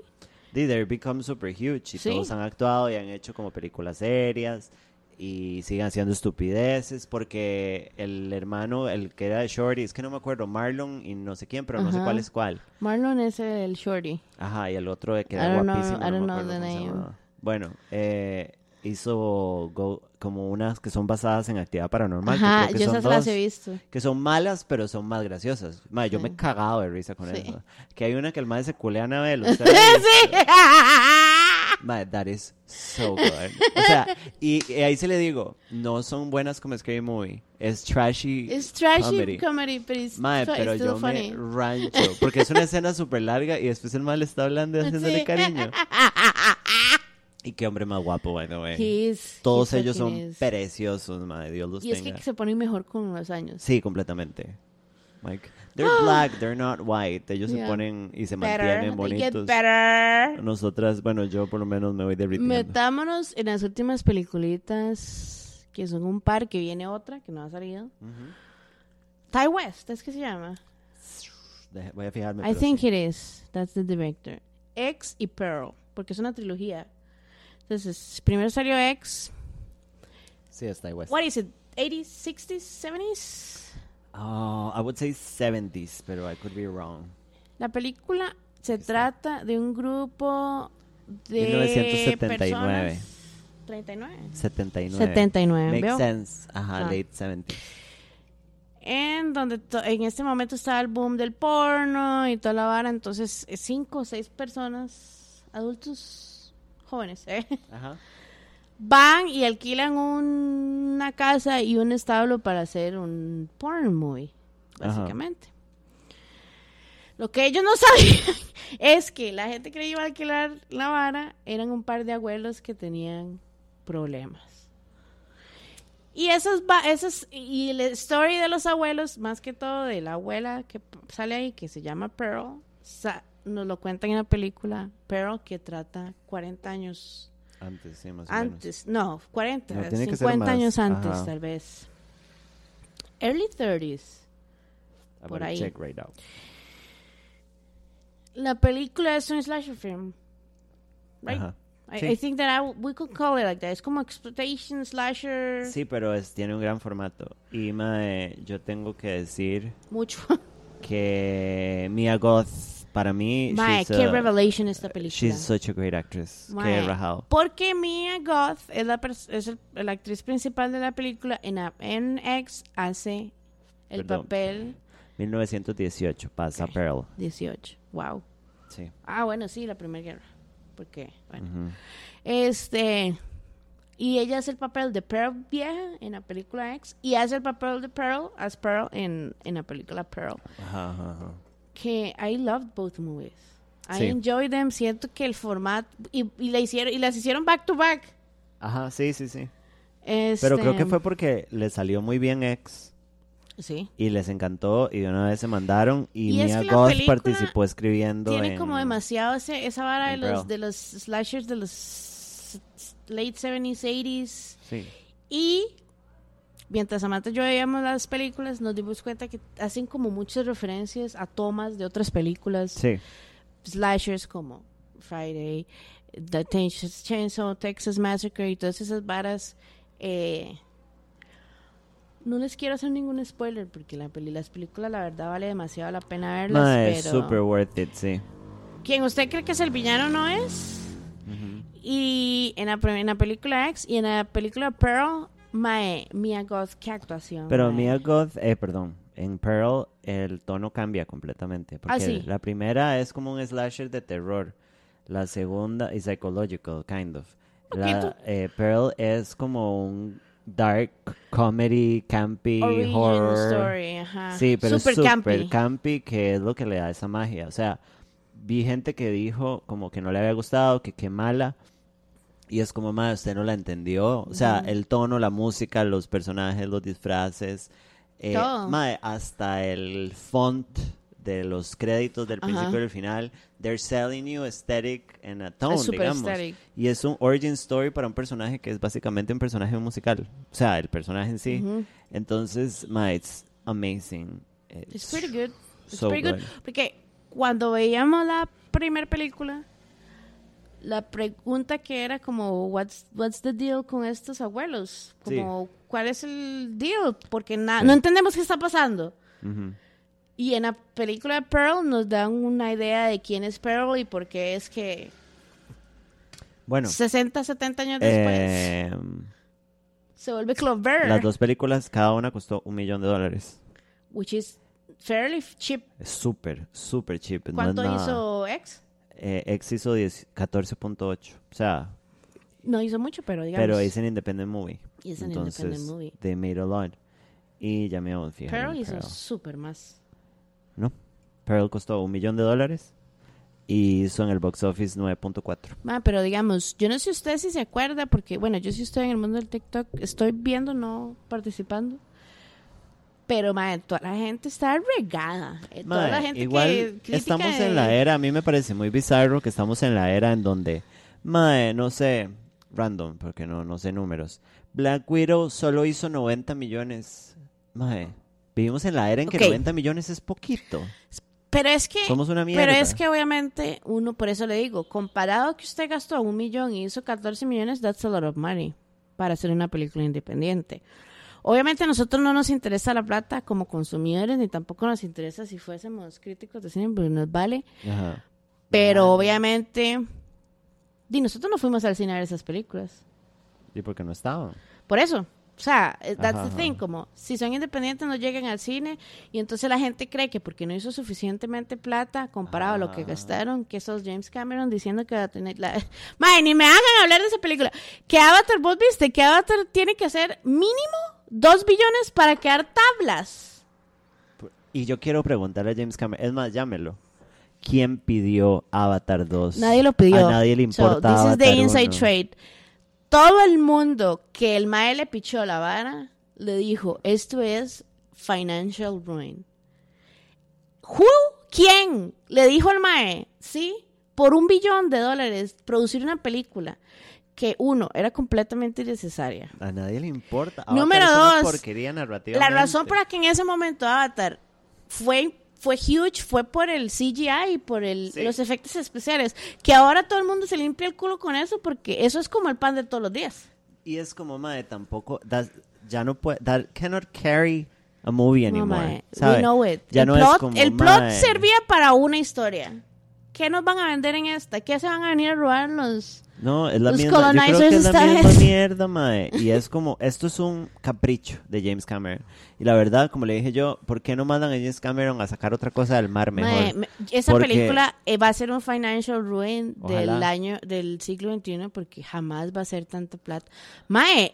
The They've become super huge y
Sí.
todos han actuado y han hecho como películas serias y siguen haciendo estupideces porque el hermano, el que era de Shorty, es que no me acuerdo, Marlon y no sé quién, pero no sé
Ajá.
cuál es cuál.
Marlon es el shorty.
Ajá, y el otro de que
I
era
don't know-
guapísimo.
I
no
don't
me
know
acuerdo
the
cómo se
name.
llamaba. Bueno, eh, hizo go- como unas que son basadas en actividad paranormal. que
Ajá,
creo que
yo
son
esas las
dos,
he visto.
Que son malas, pero son más graciosas. Ma, yo me he
Sí.
cagado de risa con
Sí.
eso. Que hay una que el madre se culea a Anabel.
¡Sí!
Madre, that is so good. O sea, y, y ahí se le digo, no son buenas como Scary Movie. Es trashy.
Es trashy
comedy.
comedy, pero es
Madre, pero
still
yo
funny.
me rancho. Porque es una escena súper larga y después el madre le está hablando y haciéndole
Sí.
cariño. Y qué hombre más guapo, by the way.
He is-
Eh, Todos
he
ellos
fucking
son
is.
preciosos, madre. Dios los
Y es
tenga.
que se ponen mejor con los años.
Sí, completamente. Mike. They're black, they're not white. Ellos
Yeah.
se ponen y se
Better,
mantienen
they get
bonitos.
better.
Nosotras, bueno, yo por lo menos me voy derritiendo.
Metámonos en las últimas peliculitas, que son un par, que viene otra, que no ha salido.
Ujú.
Ty West, ¿es que se llama?
Deja- Voy a fijarme.
I
pero
think
sí.
it is. That's the director. X y Pearl, porque es una trilogía. Entonces, primero salió X.
Sí, está igual.
What is it? 80s, 60s, 70s?
Oh, I would say 70s, pero I could be wrong.
La película se
Aquí está.
trata de un grupo de
1979.
personas- 39.
79.
79,
Makes
¿veo?
sense. Ajá,
Ah.
late 70s.
En donde to- en este momento estaba el boom del porno y toda la vara, entonces eh, cinco o seis personas, adultos jóvenes, ¿eh?
Ajá.
van y alquilan una casa y un establo para hacer un porn movie,
Ajá.
básicamente. Lo que ellos no sabían es que la gente que iba a alquilar la vara eran un par de abuelos que tenían problemas. Y esas, va- esas y la story de los abuelos, más que todo de la abuela que p- sale ahí, que se llama Pearl, sa- nos lo cuentan en la película Pearl, que trata 40 años
Antes, sí, más o menos.
antes, no, 40,
No, tiene que ser
50 años
más,
antes,
ajá.
tal vez. Early 30s.
I
por
better
ahí.
check right out.
La película es un slasher film. Right?
Ajá.
I,
Sí.
I think that I, we could call it like that. Es como exploitation, slasher,
Sí, pero es- tiene un gran formato. Y mae, yo tengo que decir
mucho.
que Mia Goth, para mí,
Mae,
she's,
qué
a-
revelation esta película.
she's such a great actress.
Mae,
Qué rajado.
Porque Mia Goth es la, pers- es el- la actriz principal de la película. En, a- en X hace el
Perdón.
papel
1918, pasa
Ok.
Pearl.
18. Wow.
Sí.
Ah, bueno, sí, la Primera Guerra. Porque, bueno.
Ujú.
Este. Y ella hace el papel de Pearl vieja en la película X. Y hace el papel de Pearl as Pearl en, en la película Pearl.
Ajá, ajá, ajá.
Que I loved both movies. I
Sí.
enjoy them. Siento que el formato. Y, y, la hicieron, y las hicieron back to back.
Ajá, sí, sí, sí.
Este,
Pero creo que fue porque le salió muy bien X
Sí.
y les encantó y de una vez se mandaron y,
Y es
Mia
que la
Goth
película
participó escribiendo
Tiene
en-
como demasiado ese- esa vara de
en
los,
Pearl.
de los slashers de los s- s- late 70s, 80s.
Sí.
Y mientras Samantha y yo veíamos las películas, nos dimos cuenta que hacen como muchas referencias a tomas de otras películas,
Sí.
slashers como Friday, The Texas Chainsaw, Texas Massacre y todas esas varas. eh, no les quiero hacer ningún spoiler porque la peli, las películas la verdad vale demasiado la pena verlas.
No, es
pero
super worth it, sí.
quien usted cree que es el villano no es. Y en la, pre- en la película X y en la película Pearl, Mae, Mia Goth, qué actuación.
Pero
mae.
Mia Goth, eh, perdón, en Pearl el tono cambia completamente. Porque
Ah, sí.
la primera es como un slasher de terror. La segunda es psychological, kind of.
Poquito.
La, eh, Pearl es como un dark comedy, campy,
Origin
horror.
Story, ajá.
Sí, pero es
super,
super
campy.
campi. que es lo que le da esa magia. O sea, vi gente que dijo como que no le había gustado, que qué mala. Y es como, más usted no la entendió. O sea, el tono, la música, los personajes, los disfraces. eh,
Todo.
mae, hasta el font de los créditos del
Ajá.
principio y del final. They're selling you aesthetic and a tone,
super
digamos.
aesthetic.
Y es un origin story para un personaje que es básicamente un personaje musical. O sea, el personaje en sí.
Ujú.
Entonces, ma, it's amazing.
It's pretty good. It's
so
pretty good.
good.
Porque cuando veíamos la primera película, la pregunta que era como, what's, what's the deal con estos abuelos?
Sí.
Como, ¿cuál es el deal? Porque na- no entendemos qué está pasando.
Ujú.
Y en la película de Pearl nos dan una idea de quién es Pearl y por qué es que
Bueno,
60, 70 años después
eh,
se vuelve Clover,
las dos películas, cada una costó un millón de dólares.
which is fairly cheap.
Es súper, súper cheap. no es
¿Cuánto
nada.
hizo X?
Eh, X hizo 10 14.8. O sea,
No hizo mucho, pero digamos.
pero es an independent movie.
It's an
Entonces,
independent movie.
they made a lot. Y ya me voy a fijar
Pearl
en
hizo
Pearl.
súper más.
No, Pearl costó un millón de dólares y hizo en el box office 9.4.
Ma, pero digamos, yo no sé usted si se acuerda, porque bueno, yo sí estoy en el mundo del TikTok, estoy viendo, no participando. Pero, madre, toda la gente está regada. Eh, toda
Mae,
la gente
igual
que critica
estamos
de-
en la era, a mí me parece muy bizarro que estamos en la era en donde, mae, no sé, random, porque no, no sé números. Black Widow solo hizo 90 millones. Mae, vivimos en la era en que
Ok.
90 millones es poquito.
Pero es que...
Somos una mierda.
Pero es que obviamente uno, por eso le digo, comparado que usted gastó un millón y hizo 14 millones, that's a lot of money para hacer una película independiente. Obviamente a nosotros no nos interesa la plata como consumidores, ni tampoco nos interesa si fuésemos críticos de cine, porque nos vale.
Ajá.
Pero obviamente, y nosotros no fuimos al cine a ver esas películas.
¿Y por qué no estaban?
Por eso. O sea, eh, that's
Ajá,
the thing,
ajá.
como si son independientes no llegan al cine y entonces la gente cree que porque no hizo suficientemente plata comparado a lo que
Ah.
gastaron, que esos James Cameron diciendo que va a tener la... Mae, ni me hagan hablar de esa película. Que Avatar, vos viste, que Avatar tiene que hacer mínimo dos billones para quedar tablas.
Y yo quiero preguntarle a James Cameron, es más, llámelo. ¿Quién pidió Avatar 2?
Nadie lo pidió.
A nadie le
So,
importa.
this is the
Avatar
inside
1.
trade. Todo el mundo que el mae le pichó la vara le dijo, esto es financial ruin. Who? ¿Quién? Le dijo el mae, sí, por un billón de dólares producir una película que uno era completamente innecesaria.
A nadie le importa.
Número
es una
dos.
Porquería narrativa.
La razón por la que en ese momento Avatar fue, fue huge fue por el CGI y por el,
Sí.
los efectos especiales. Que ahora todo el mundo se limpia el culo con eso porque eso es como el pan de todos los días.
Y es como, madre, tampoco. das- ya no puede. That cannot carry a movie
No,
anymore.
mae,
¿sabe?
we know it.
Ya
el
no
plot,
es como.
el plot
mae,
servía para una historia. ¿Qué nos van a vender en esta? ¿Qué se van a venir a robar los...?
No, es la
Los
misma. Yo creo que es
colonizers
la
esta
misma
vez.
mierda, mae. Y es como. Esto es un capricho de James Cameron. Y la verdad, como le dije yo, ¿por qué no mandan a James Cameron a sacar otra cosa del mar mejor?
Mae, me- esa
Porque-
película eh, va a ser un financial ruin del
Ojalá.
año del siglo XXI porque jamás va a ser tanta plata. Mae,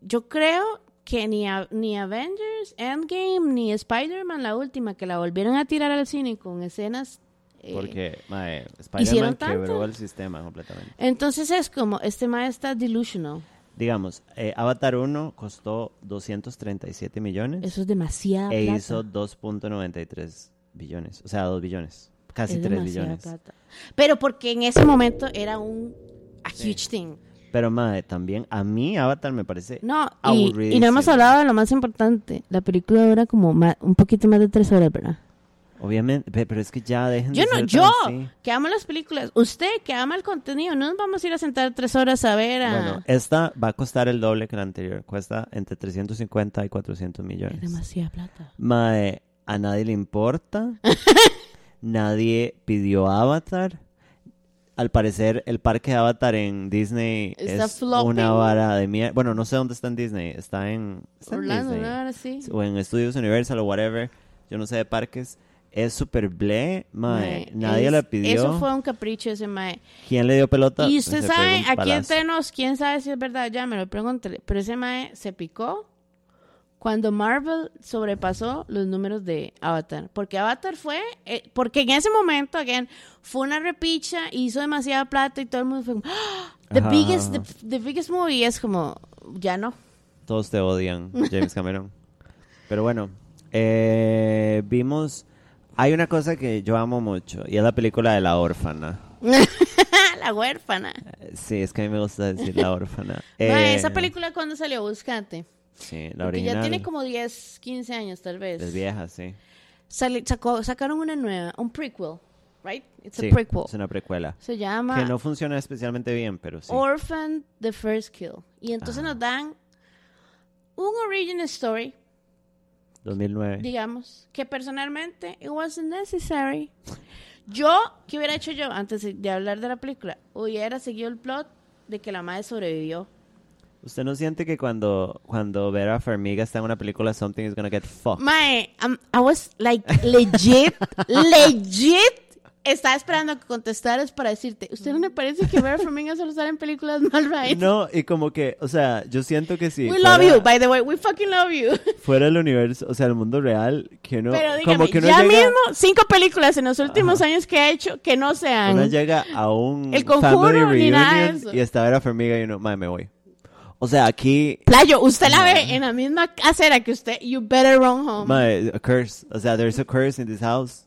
yo creo que ni, a- ni Avengers, Endgame, ni Spider-Man, la última, que la volvieron a tirar al cine con escenas. eh,
Porque, mae,
¿hicieron
Spider-Man
tanto?
quebró el sistema completamente.
Entonces es como, este mae está delusional.
Digamos, eh, Avatar 1 costó 237 millones.
Eso es demasiada
e
plata.
hizo 2.93 billones, o sea, 2 billones, casi
Es
3
demasiada
billones.
plata. Pero porque en ese momento era un a huge thing.
Pero madre, también a mí Avatar me parece
No, y- y, no
Aburridísimo.
hemos hablado de lo más importante. La película dura como ma- un poquito más de tres horas, ¿verdad?
obviamente, pe- pero es que ya dejen
Yo
de
no,
ser
yo,
tan así.
que amo las películas, usted que ama el contenido, no nos vamos a ir a sentar tres horas a ver a...
Bueno, esta va a costar el doble que la anterior, cuesta entre 350 y 400
es
millones.
demasiada plata.
Madre, a nadie le importa. nadie pidió Avatar. Al parecer, el parque de Avatar en Disney
Está
es
flopping.
una vara de mierda. Bueno, no sé dónde está en Disney. Está en. Está en
Orlando,
Disney.
¿no? Ahora sí.
o en Estudios Universal o whatever, yo no sé de parques, es super ble, mae,
Mae,
nadie
es-
la pidió.
Eso fue un capricho ese mae.
¿Quién le dio pelota?
Y usted
Se
sabe,
pegó un
aquí
palazo.
entre nos, quién sabe si es verdad, ya me lo pregúntele, pero ese mae se picó cuando Marvel sobrepasó los números de Avatar, porque Avatar fue, eh, porque en ese momento, again, fue una repicha, hizo demasiada plata y todo el mundo fue como, ¡Ah! the,
Ajá,
biggest,
ajá.
the, the biggest movie, y es como, ya no.
Todos te odian, James Cameron. Pero bueno, eh, vimos... Hay una cosa que yo amo mucho y es la película de la órfana.
La huérfana.
Eh, Sí, es que a mí me gusta decir la órfana.
Mae,
Eh,
esa película cuando salió, búscate.
Sí, la
Porque
original.
ya tiene como 10, 15 años tal vez.
Es vieja, sí.
Sale- sacó- sacaron una nueva, un prequel, right? It's
Sí,
a prequel.
Es una precuela.
Se llama
Que no funciona especialmente bien, pero sí.
Orphan the First Kill. Y entonces
Ajá.
nos dan un origin story,
2009.
digamos, que personalmente it wasn't necessary. Yo, ¿qué hubiera hecho yo antes de hablar de la película? Hubiera seguido el plot de que la madre sobrevivió.
¿Usted no siente que cuando, cuando Vera Farmiga está en una película Something is gonna get fucked?
Mae, I'm- I was like legit, legit. Estaba esperando a que contestaras para decirte, ¿usted no le parece que Vera Farmiga solo sale en películas mal, right?
No, y como que, o sea, yo siento que si
We
fuera,
love you, by the way, we fucking love you.
fuera el universo, o sea, el mundo real, que uno,
Pero dígame,
como que uno
ya
llega,
mismo, cinco películas en los últimos años que ha hecho que no
uno
sean.
llega a un
El Conjuro,
family
ni nada de
reunion
eso.
y está Vera Farmiga y uno, madre, me voy. O sea, aquí.
Playo, usted la ve en la misma acera que usted. You better run home.
Mae, a curse. O sea, there's a curse in this house.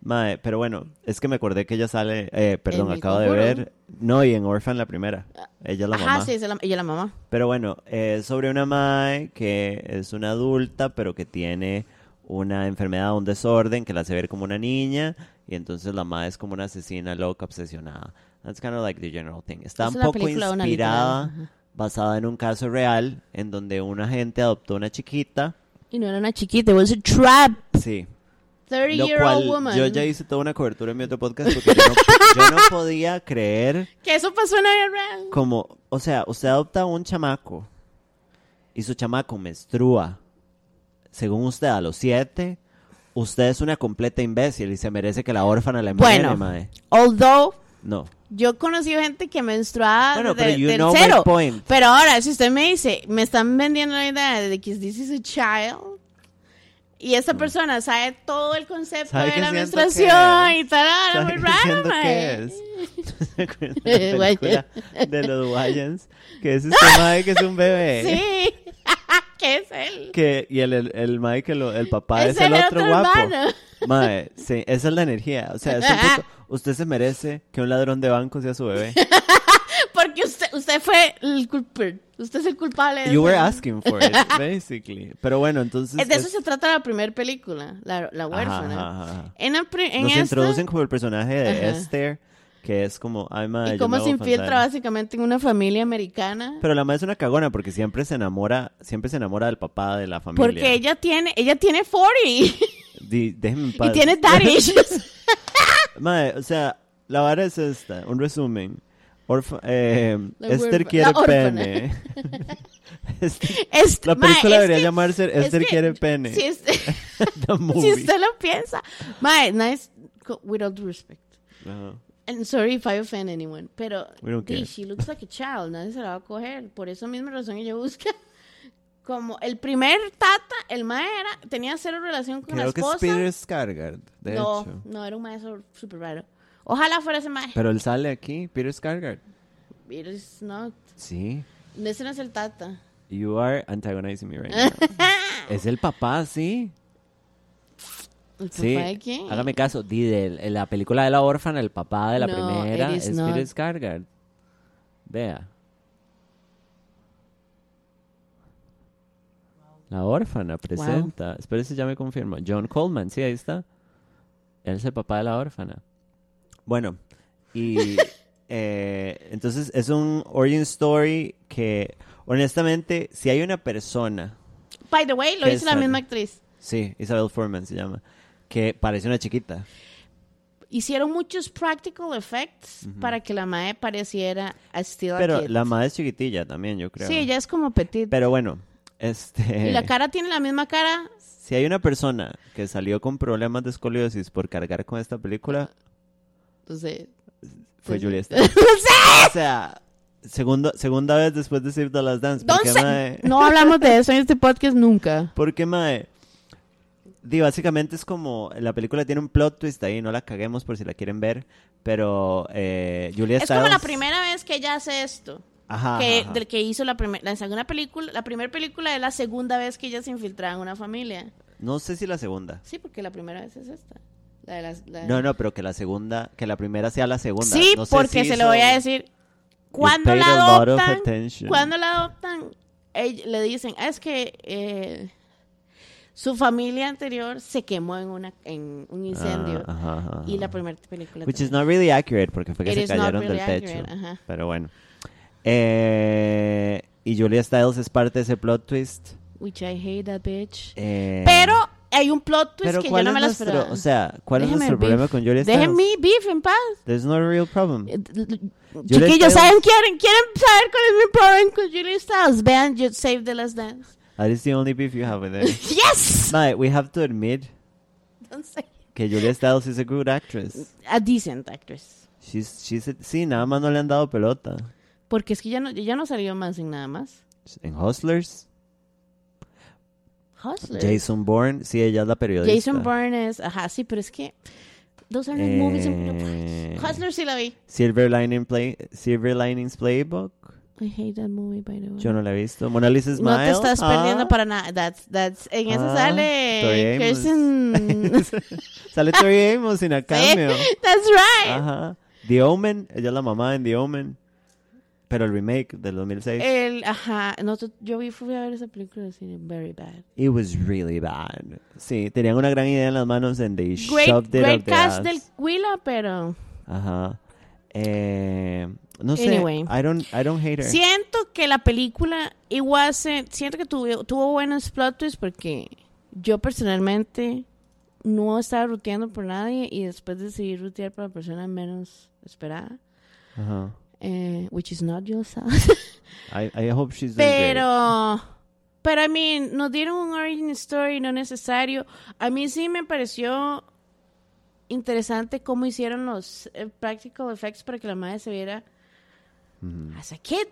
Mae, pero bueno, es que me acordé que ella sale. eh, perdón,
mi
acabo de
conjuro.
ver. No, y en Orphan la primera. Ella es la
Ajá,
mamá.
sí, esa es la- ella es la mamá.
Pero bueno, eh, sobre una mae que es una adulta, pero que tiene una enfermedad, un desorden que la hace ver como una niña. Y entonces la mae es como una asesina loca, obsesionada. That's kind of like the general thing. Está
Es
un
una
poco
película de una
inspirada,
literatura, ajá.
basada en un caso real, en donde una gente adoptó una chiquita.
Y no era una chiquita, it was a trap.
Sí.
30
Lo
year
cual
old woman.
yo ya hice toda una cobertura en mi otro podcast porque yo no, yo no podía creer
Que eso pasó en la vida real.
como, o sea, usted adopta a un chamaco y su chamaco menstrua, según usted, a los siete, usted es una completa imbécil y se merece que la órfana la envenene,
Bueno.
mae.
Although,
No.
yo he conocido gente que menstruaba
Bueno,
de,
pero you
del
know my
cero.
point.
Pero ahora, si usted me dice, me están vendiendo la idea de que this is a child, y esta persona sabe todo el concepto
Mm. ¿Sabe
de
qué
la
siento
menstruación
que
y tal,
¿Sabe
muy
qué
raro,
siento
mae. Eh,
que es? Una película de los Wayans, que es este mae que es un bebé.
Sí, ¿qué es él?
Que, y el, el, el mae que lo- el papá
Es
es, el,
el
otro,
otro
guapo.
hermano.
Mae, sí, esa es la energía. O sea, es un poco- usted se merece que un ladrón de banco sea su bebé.
Porque usted, usted fue el culpable. Usted es el culpable. de
You were
eso.
asking for it, basically. Pero bueno, entonces.
De eso
es-
se trata la primera película, la, la
Ajá,
huérfana.
ajá, ajá.
En, la pri- en
Nos
esta-
introducen como el personaje de
Ajá.
Esther, que es como. Ay, mae,
y
yo me
cómo se
voy a
infiltra
ofender.
básicamente en una familia americana.
Pero la madre es una cagona porque siempre se enamora, siempre se enamora del papá de la familia.
porque ella tiene, ella tiene 40
Di- déjenme en
y
paz.
tiene daddy issues.
Mae, o sea, la vara es esta, un resumen. Orfa- eh,
La
Esther
huérfana-
quiere
la órfana.
pene. Este-
Es-
la
ma,
película
es
debería
que-
llamarse
es
Esther
que-
quiere pene.
Si, es-
The
si
movie.
usted lo piensa. Mae, nice, co- with all due respect.
Ajá.
And sorry if I offend anyone, pero
We don't
di,
care.
she looks like a child, nadie se la va a coger. Por esa misma razón ella busca. Como el primer tata, el mae era, tenía cero relación con la
Creo que es
esposa.
Peter Skarsgård, de
no,
hecho.
no, era un maestro súper raro. Ojalá fuera ese maestro.
Pero él sale aquí, Peter Skarsgård.
It is not.
Sí.
Ese no es el tata.
You are antagonizing me right now. es el papá, sí.
¿El papá
Sí.
de quién?
Hágame caso. Di de el- la película de la órfana, el papá de la
No,
primera
it is
es
not.
Peter Skarsgård. Vea. La órfana presenta. Espérese, ya me confirmo. John Coleman, sí, ahí está. Él es el papá de la órfana. Bueno, y eh, entonces es un origin story que, honestamente, si hay una persona,
By the way, lo
¿Qué
hizo la
sale?
misma actriz.
sí, Isabel Foreman se llama, que parece una chiquita.
Hicieron muchos practical effects para que la mae pareciera a Still a
Pero
Kid.
la madre es chiquitilla también, yo creo.
Sí, ella es como petit.
Pero bueno, este,
Y la cara tiene la misma cara.
si hay una persona que salió con problemas de escoliosis por cargar con esta película,
Entonces,
fue
Sí.
Julia Stiles. O sea, segunda, segunda vez después de Save the Last Dance. ¿por qué, mae?
entonces no hablamos de eso en este podcast nunca.
Porque, mae, di, básicamente es como, la película tiene un plot twist ahí, no la caguemos por si la quieren ver, pero eh, Julia
Es como la
Stiles-
primera vez que ella hace esto.
Ajá,
que,
ajá, ajá.
Del que hizo la, primera la segunda película. La primera película es la segunda vez que ella se infiltraba en una familia.
No sé si la segunda.
Sí, porque la primera vez es esta. La de las, la-
No, no, pero que la segunda, que la primera sea la segunda.
Sí,
No sé
porque
si
se lo voy a
hizo-
decir. Cuando
paid
la
a lot of
adoptan,
attention.
cuando la adoptan, ell- le dicen, "Ah, es que eh, su familia anterior se quemó en, una, en un incendio.
Ah, ajá, ajá,
Y la
ajá.
primera película.
Which
también.
is not really accurate porque fue que
It
se
is not
cayeron
really
del techo.
accurate, ajá.
Pero bueno. Eh, y Julia Stiles es parte de ese plot twist.
Which I hate that bitch.
Eh,
Pero hay un plot twist
pero
que yo
¿cuál
no
es
me la
nuestro-
esperaba.
O sea, ¿cuál es
Déjeme
nuestro
beef.
problema con Julia Stiles?
Dejen mi beef en paz.
There's no real problem.
Eh, l- l-
Julia Stiles-
Chiquillos, ¿saben? ¿Quieren, ¿Quieren saber cuál es mi problema con Julia Stiles? Vean Just Save the Last Dance.
That is the only beef you have with it.
¡Yes!
Mae, we have to admit
Entonces,
que Julia Stiles is a good actress.
a decent actress.
She's, she's a- sí, nada más no le han dado pelota.
Porque es que ya no, ya no salió más en nada más.
En Hustlers,
Hustler.
Jason Bourne, sí, ella es la periodista.
Jason Bourne es... Ajá, sí, pero es que... Those are not movies. I'm gonna watch.
Eh,
Hustler sí la vi.
Silver Lining Play, Silver Linings Playbook.
I hate that movie, by the way.
Yo no la he visto. Mona Lisa Smile.
No te estás
ah,
perdiendo para nada. That's, that's, en eso
ah,
sale
Tori Amos.
Kirsten.
Sale Tori Amos en el cameo.
That's right.
Ajá. The Omen, ella es la mamá en The Omen. Pero el remake del 2006.
El, ajá, no, tú- yo vi, fui a ver esa película de cine, very bad.
It was really bad. Sí, tenían una gran idea en las manos and they
Great,
shoved it
great
up their
cast
ass.
del Quila, pero
Ajá. Eh, no sé.
Anyway.
I don't I don't hate her.
siento que la película igual se- siento que tuvo, tuvo buenos plot twists porque yo personalmente no estaba ruteando por nadie y después decidí rutear para la persona menos esperada,
Ajá.
eh, which is not yourself.
I, I hope she's doing great.
Pero, pero, I mean, nos dieron un origin story no necesario. A mí sí me pareció interesante cómo hicieron los eh, practical effects para que la madre se viera
Ujú.
as a kid.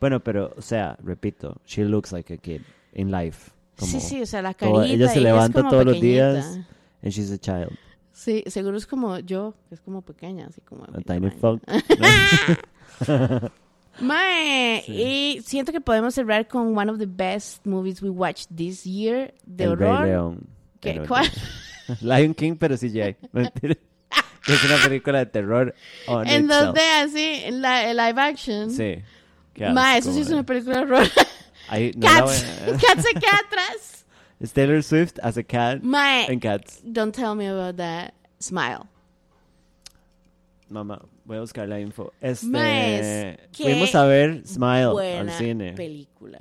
Bueno, pero o sea, repito, she looks like a kid in life. Como,
sí, sí, o sea, la
toda-
carita.
ella se
y es
levanta
como
todos los
pequeñita.
días. And she's a child.
Sí, seguro es como yo, que es como pequeña, así como... de
A
mi
tiny
tamaño.
fuck.
Mae, y siento que podemos cerrar con one of the best movies we watched this year de
El Rey
horror.
León.
¿Qué?
Pero-
¿Cuál?
Lion King, pero CGI. Mentira. Que es una película de terror. on
En
itself.
donde así, la, el live action.
Sí. Qué
Ma,
asco,
eso sí es
man.
una película de horror.
Ahí, no eh. la
Cats.
voy
Cats se queda atrás.
a- Es Taylor Swift as a cat
Ma,
en Cats.
don't tell me about that. Smile.
Mamá, voy a buscar la info. Este,
Maes, qué
fuimos a ver Smile al
Buena
cine.
película.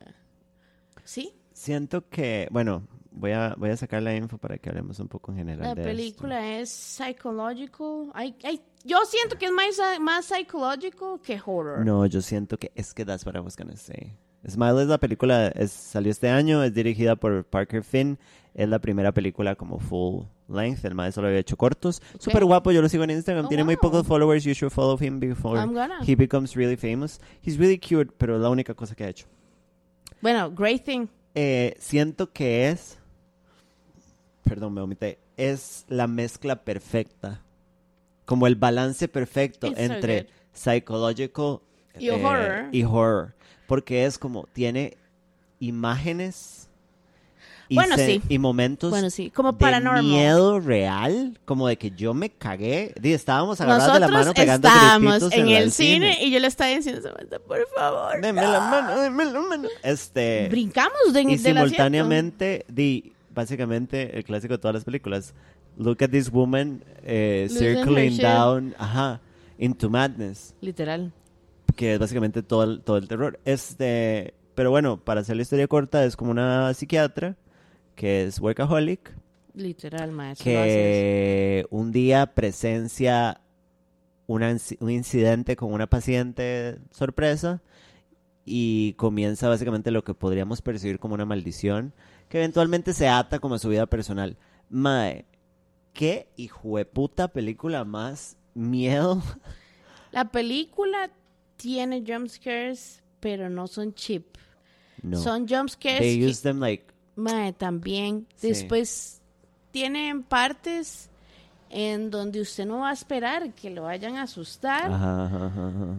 ¿Sí?
Siento que, bueno, voy a, voy a sacar la info para que hablemos un poco en general
La
de
película es psychological. Ay, ay, yo siento que es más, más psychological que
esto.
horror.
No, yo siento que es que das para buscar ese. Smile es la película, es- salió este año, es dirigida por Parker Finn, es la primera película como full length, el maestro solo había hecho cortos, súper guapo, yo lo sigo en Instagram,
Oh,
tiene muy
wow.
pocos followers, you should follow him before
I'm gonna.
he becomes really famous. He's really cute, pero es la única cosa que ha hecho.
Bueno, Great Thing.
eh, siento que es, perdón, me vomité, es la mezcla perfecta, como el balance perfecto
It's so
entre
good.
psychological
Y horror.
y horror, porque es como tiene imágenes y,
Bueno,
se-
sí.
y momentos
Bueno, sí, como
de
paranormal.
miedo real, como de que yo me cagué, Di, estábamos agarrados
Nosotros
de la mano pegando
estábamos
grititos
en, el cine,
cine.
y yo le estaba diciendo, Samantha, por favor.
Deme la mano, deme la mano. Este,
Brincamos de,
y
del asiento.
simultáneamente di básicamente el clásico de todas las películas look at this woman eh,
Losing her
circling
shit.
down ajá into madness
Literal.
que es básicamente todo el, todo el terror este pero bueno para hacer la historia corta es como una psiquiatra que es workaholic
Literal, maestro.
que un día presencia una inci- un incidente con una paciente sorpresa y comienza básicamente lo que podríamos percibir como una maldición que eventualmente se ata como a su vida personal. Mae, qué hijueputa película más miedo.
La película tiene jump scares, pero no son cheap.
No.
Son jump scares
They
que-
use them like
mae, también.
Sí.
Después tienen partes en donde usted no va a esperar que lo vayan a asustar
ajá, ajá, ajá, ajá.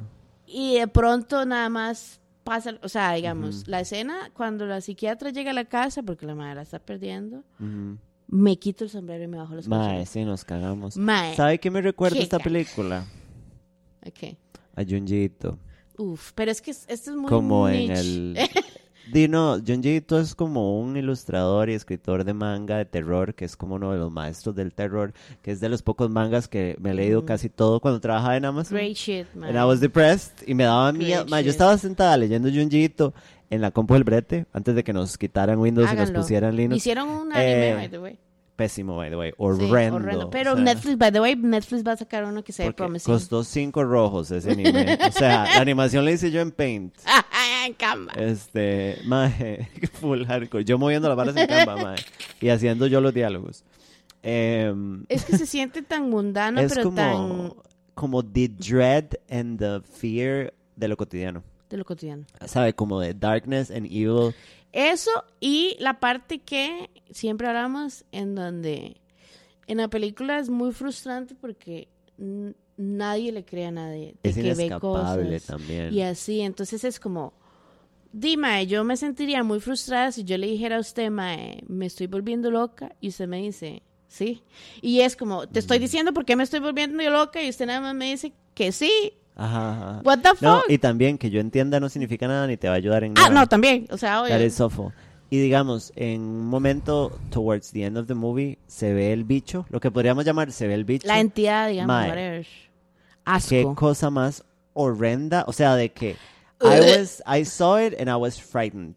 y de pronto nada más pasa, o sea, digamos, la escena cuando la psiquiatra llega a la casa porque la madre la está perdiendo,
Ujú.
me quito el sombrero y me bajo los
Mae,
pantalones.
sí nos cagamos.
Mae.
¿Sabe qué me recuerda esta
Chica.
película?
Ok.
A Junjito.
Uf, pero es que es- esto es muy
como en
niche.
el Dino Junjiito es como un ilustrador y escritor de manga de terror que es como uno de los maestros del terror que es de los pocos mangas que me he leído casi todo cuando trabajaba en Amazon
Mm. Great shit, mae.
And I was depressed y me daba
Great
miedo Ma, yo
shit.
estaba sentada leyendo Junjiito en la compu del brete antes de que nos quitaran Windows y
Háganlo.
nos pusieran Linux
Hicieron un anime,
Eh,
by the way.
pésimo by the way
Sí,
horrendo, o
Pero
sea,
Netflix, by the way, Netflix va a sacar uno que se ve
porque
promising.
costó cinco rojos ese anime o sea la animación la hice yo en Paint
en Canva.
Este, maje, full hardcore. Yo moviendo las balas en Canva, maje, Y haciendo yo los diálogos. Em,
Es que se siente tan mundano,
es
Ah, pero
como,
tan
como the dread and the fear de lo cotidiano.
de lo cotidiano.
¿Sabe? Como de darkness and evil.
Eso y la parte que siempre hablamos en donde en la película es muy frustrante porque mm, nadie le cree a nadie. de
Es
que ve
inescapable
cosas.
también.
Y así, entonces es como, Dime, yo me sentiría muy frustrada si yo le dijera a usted, mae, me estoy volviendo loca, y usted me dice, sí. Y es como, te estoy diciendo por qué me estoy volviendo yo loca, y usted nada más me dice que sí.
Ajá, ajá.
What the fuck?
No, y también que yo entienda no significa nada ni te va a ayudar en nada.
Ah, no, también. O sea, obvio.
That is awful. Y digamos, en un momento, towards the end of the movie, se ve el bicho, lo que podríamos llamar se ve el bicho.
La entidad, digamos,
Mae.
whatever.
Qué
Asco.
cosa más horrenda. O sea, de que I,
Eh,
was, I saw it and I was frightened.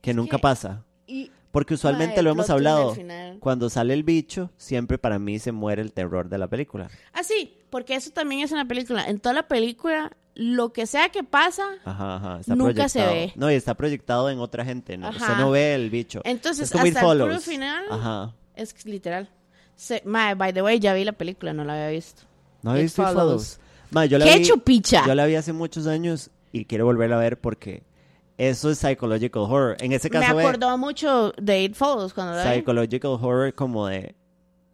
Que nunca
que-
pasa.
Y
Porque usualmente
Mae,
lo hemos
plot twist al
hablado.
final.
Cuando sale el bicho, siempre para mí se muere el terror de la película.
así, ah, porque eso también es una película. En toda la película, lo que sea que pasa,
Ajá, ajá. Está
Nunca se
proyectado.
ve.
No, y está proyectado en otra gente. No, Usted
Ajá.
no ve el bicho.
Entonces,
Es como It
hasta el puro
Follows.
final-
Ajá.
es que literal. Se- mae, by the way, ya vi la película, no la había visto.
No he
It
visto It
Follows.
Follows. Ma, yo la
¡Qué
vi-
chupicha!
Yo la vi hace muchos años y quiero volverla a ver porque eso es psychological horror. En ese
Me
caso, ve
acordó mucho de It Follows cuando la vi.
psychological horror como de.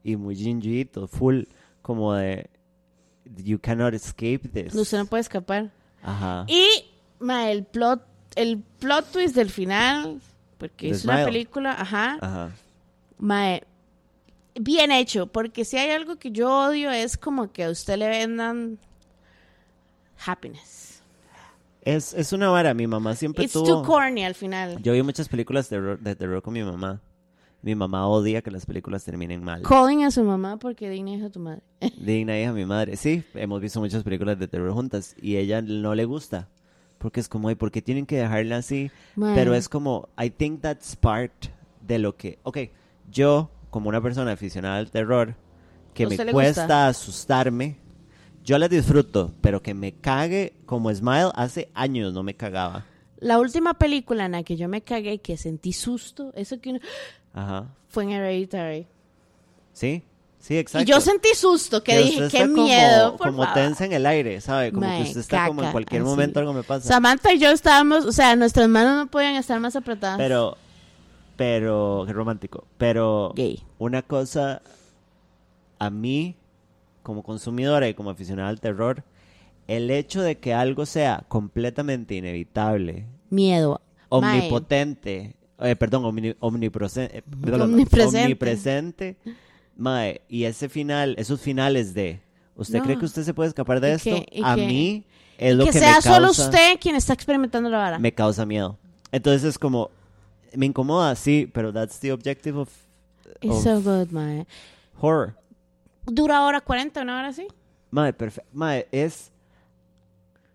Y muy gingito, full. Como de. You cannot escape this.
No, Usted no puede escapar.
Ajá.
Y mae, el plot el plot twist del final, porque
The
es una
Smile.
película, ajá.
Ajá.
Mae, bien hecho, porque si hay algo que yo odio es como que a usted le vendan happiness.
Es, es una vara. Mi mamá siempre
It's
tuvo.
too corny al final.
Yo vi muchas películas de terror, de terror con mi mamá. Mi mamá odia que las películas terminen mal.
Calling a su mamá porque Digna es tu madre.
Digna hija de mi madre. Sí, hemos visto muchas películas de terror juntas y ella no le gusta. Porque es como, "Ay, ¿por qué tienen que dejarla así?
Mae.
Pero es como, I think that's part de lo que. Ok, yo, como una persona aficionada al terror, que
¿A
me
usted le
cuesta
gusta?
asustarme, yo la disfruto, pero que me cague como Smile hace años no me cagaba.
La última película en la que yo me cagué que sentí susto, eso que uno-
Ajá.
fue en Hereditary.
Sí, sí, exacto.
Y yo sentí susto, que, dije,
usted
qué
está como-
miedo, por
Como,
favor".
tensa en el aire, ¿sabe? Como
Mae,
que usted está como en
caca,
cualquier
así.
momento algo me pasa.
Samantha y yo estábamos, o sea, nuestras manos no podían estar más apretadas.
Pero, pero, qué romántico. Pero
Gay.
una cosa a mí, como consumidora y como aficionada al terror, el hecho de que algo sea completamente inevitable,
Miedo. Mae,
omnipotente, eh, perdón, omni- omniproce- eh, perdón,
Omnipresente.
omnipresente, mae, y ese final, esos finales de, ¿usted
No.
cree que usted se puede escapar de
Y
esto?
que- y
a
que-
mí es lo
que,
que, me
sea solo
causa-
usted quien está experimentando la vara.
me causa miedo. Entonces es como, me incomoda, sí, pero that's the objective of,
It's
of
so good, mae.
horror.
Dura hora 40, una hora así.
Madre, perfecto. Madre, es,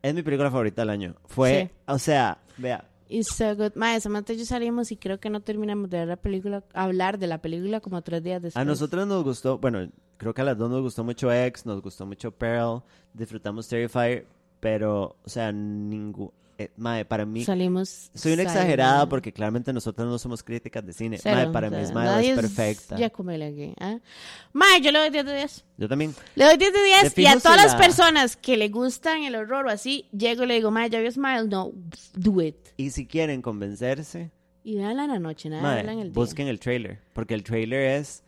es mi película favorita del año. Fue,
Sí.
o sea, vea,
It's so good. Mae, Samantha y yo salimos y creo que no terminamos de ver la película, hablar de la película como tres días después.
a nosotros nos gustó, bueno, creo que a las dos nos gustó mucho X, nos gustó mucho Pearl, disfrutamos Terrifier, pero, o sea, ningún... madre, para mí...
salimos.
soy una
sal-
exagerada porque claramente nosotros no somos críticas de cine.
Cero,
Madre, para
o sea,
mí Smile
nadie
es perfecta.
Ya comele aquí. ¿eh? Mae, yo le doy 10 de 10.
Yo también.
Le doy 10 de 10
De
y a
fijo se
todas las
la-
personas que le gustan el horror o así, llego y le digo, Mae, ¿ya vio Smile? No, pff, do it.
Y si quieren convencerse,
Y véanla en la noche, nada,
Madre,
véanla en el día.
busquen el trailer, porque el trailer es...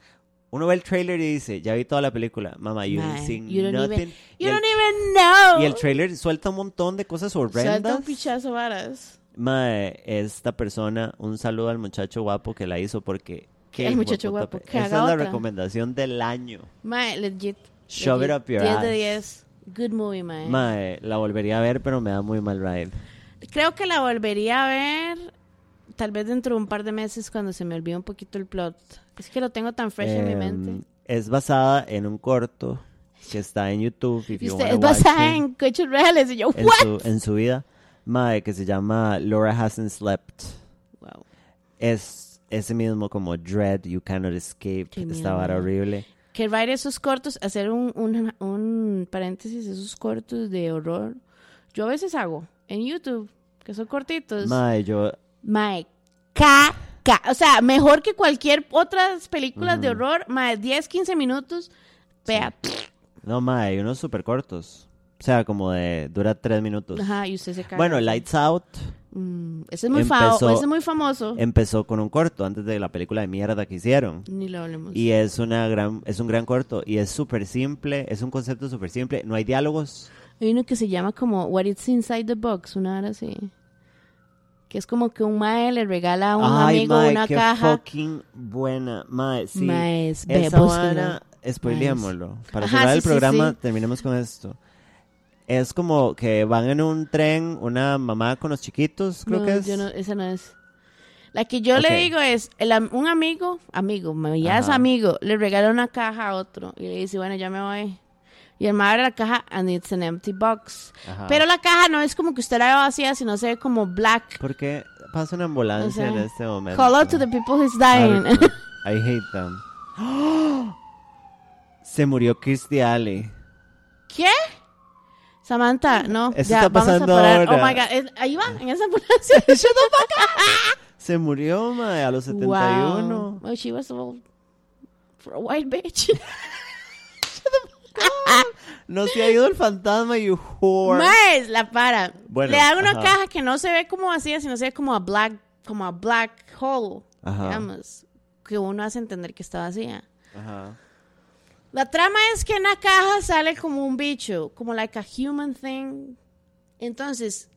Uno ve el trailer y dice, ya vi toda la película, mamá, you
Mae,
didn't see
you don't
nothing.
even-
y,
You
el,
don't even know.
y el trailer suelta un montón de cosas
Suelta
horrendas.
un pichazo varas.
Mae, esta persona, un saludo al muchacho guapo que la hizo, porque... qué
El
hijo de
muchacho
puta
guapo,
pe-
que
Esa es
haga
la
otra.
recomendación del año.
Mae, legit.
Shove it
legit.
up your
10
ass.
de 10. Good movie, Mae.
Mae, la volvería a ver, pero me da muy mal ride.
Creo que la volvería a ver tal vez dentro de un par de meses cuando se me olvide un poquito el plot. Es que lo tengo tan fresh en mi
Em,
mente.
Es basada en un corto que está en YouTube. if
Y
you
usted
wanna
es basada
watch it.
en coches reales y yo,
en
¿what?
su, en su vida, madre, que se llama Laura Hasn't Slept.
Wow.
Es ese mismo como Dread, You Cannot Escape,
Qué
esta
miedo.
vara horrible.
Que write esos cortos, hacer un, un, un paréntesis, esos cortos de horror. Yo a veces hago en YouTube, que son cortitos.
Madre, yo,
Mae, caca. O sea, mejor que cualquier otras películas de horror. Mae, 10, 15 minutos. Vea.
no, madre, hay unos súper cortos. O sea, como de, dura tres minutos.
Ajá, y usted se caga.
bueno, Lights Out,
Mm, ese, es muy fa-
Empezó- em
ese es muy famoso.
Empezó con un corto antes de la película de mierda que hicieron.
Ni lo hablemos.
Y es, una gran, es un gran corto y es súper simple, es un concepto súper simple, no hay diálogos.
Hay uno que se llama como What It's Inside the Box, una hora así. Que es como que un mae le regala a un
Ay,
amigo
mae,
una
qué
caja.
fucking buena, mae, sí.
Mae, es ve,
Esa
búsquelo.
vara, pues, spoileémoslo. Para
Ajá,
cerrar
sí,
el
sí,
programa,
sí.
terminemos con esto. Es como que van en un tren, una mamá con los chiquitos, creo
No,
que es.
yo no- esa no es. La que yo
Ok.
le digo es, el am- un amigo, amigo, mae, ya es
Ajá.
amigo, le regala una caja a otro y le dice, bueno, ya me voy. Y el mae abre la caja and it's an empty box.
Ajá.
Pero la caja no es como que usted la ve vacía, sino se ve como black.
¿Por qué pasa una ambulancia
O sea,
en este momento?
Call out to the people who's dying.
Harto. I hate them. Se murió Kirstie Alley.
¿Qué? Samantha, no.
Eso
ya,
está
vamos
pasando
a parar.
ahora. Eh.
Oh my god, es- ahí va, en esa ambulancia.
Se murió, mae, a los 71.
Wow. Oh, she was old for a white bitch.
No se ha ido el fantasma, you whore.
Más, la para.
Bueno,
Le dan una
ajá.
caja que no se ve como vacía, sino se ve como a black, como a black hole,
Ajá.
digamos, que uno hace entender que está vacía.
Ajá.
La trama es que en la caja sale como un bicho, como like a human thing. Entonces,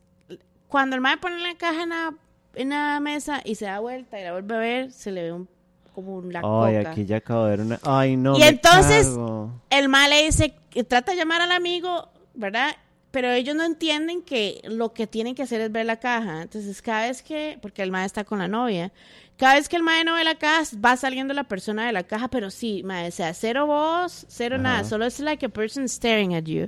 cuando el mae pone la caja en la, en la mesa y se da vuelta y la vuelve a ver, se le ve un, como un la
Ay,
coca.
aquí ya acabo de ver una. Ay, no.
Y
me
entonces-
cago.
El mae le dice, que trata de llamar al amigo, ¿verdad? Pero ellos no entienden que lo que tienen que hacer es ver la caja. Entonces, cada vez que, porque el mae está con la novia, cada vez que el mae no ve la caja, va saliendo la persona de la caja, pero sí, mae, o sea, cero voz, cero
Ajá.
nada, solo es like a person staring at you.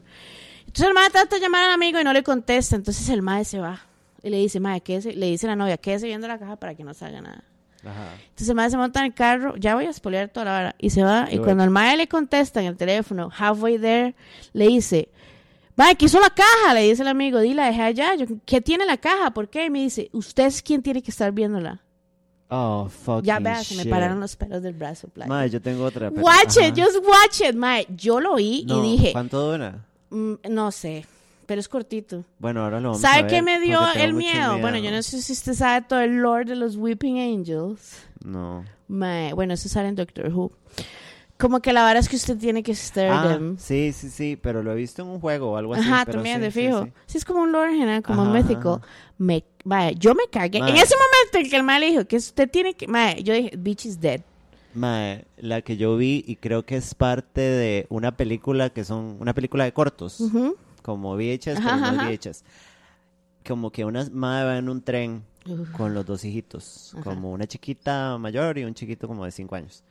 Entonces el mae trata de llamar al amigo y no le contesta, entonces el mae se va y le dice, mae, quédese, le dice la novia, quédese viendo la caja para que no salga nada.
Ajá.
Entonces el mae se monta en el carro, ya voy a spoilear toda la hora, y se va. Y
Yo
cuando
voy.
el mae le contesta en el teléfono, halfway there, le dice, mae, ¿qué hizo la caja? Le dice el amigo, di, la dejé allá. Yo, ¿qué tiene la caja? ¿Por qué? Y me dice, usted es quien tiene que estar viéndola.
Oh, fucking
Ya vea, se me
shit.
pararon los pelos del brazo, playa.
Mae, yo tengo otra. pero-
Watch
Ajá.
it, just watch it, mae. Yo lo oí
No,
y dije,
¿Cuánto dura?
"Mm, no sé, pero es cortito.
Bueno, ahora lo vamos a
¿Sabe
ver,
qué me dio
porque tengo
el
mucho
miedo? Bueno, yo no sé si usted sabe todo el lore de los Weeping Angels.
No.
Mae, bueno, eso sale en Doctor Who. Como que la vara es que usted tiene que stir
Ah,
them.
sí, sí, sí, pero lo he visto en un juego o algo así.
Ajá,
pero
también,
sí,
de
sí,
fijo. Sí,
sí.
es como un lore general, como un
Ajá, ajá,
mythical.
ajá.
Me, mae, yo me cagué. En
Mae.
ese momento en que el mae le dijo que usted tiene que... Mae, yo dije, bitch is dead.
Mae, la que yo vi y creo que es parte de una película que son una película de cortos,
Ujú.
como VHS,
Ajá,
pero no es
ajá.
VHS. Como que una madre va en un tren
Uf.
con los dos hijitos,
Ajá.
como una chiquita mayor y un chiquito como de 5 años.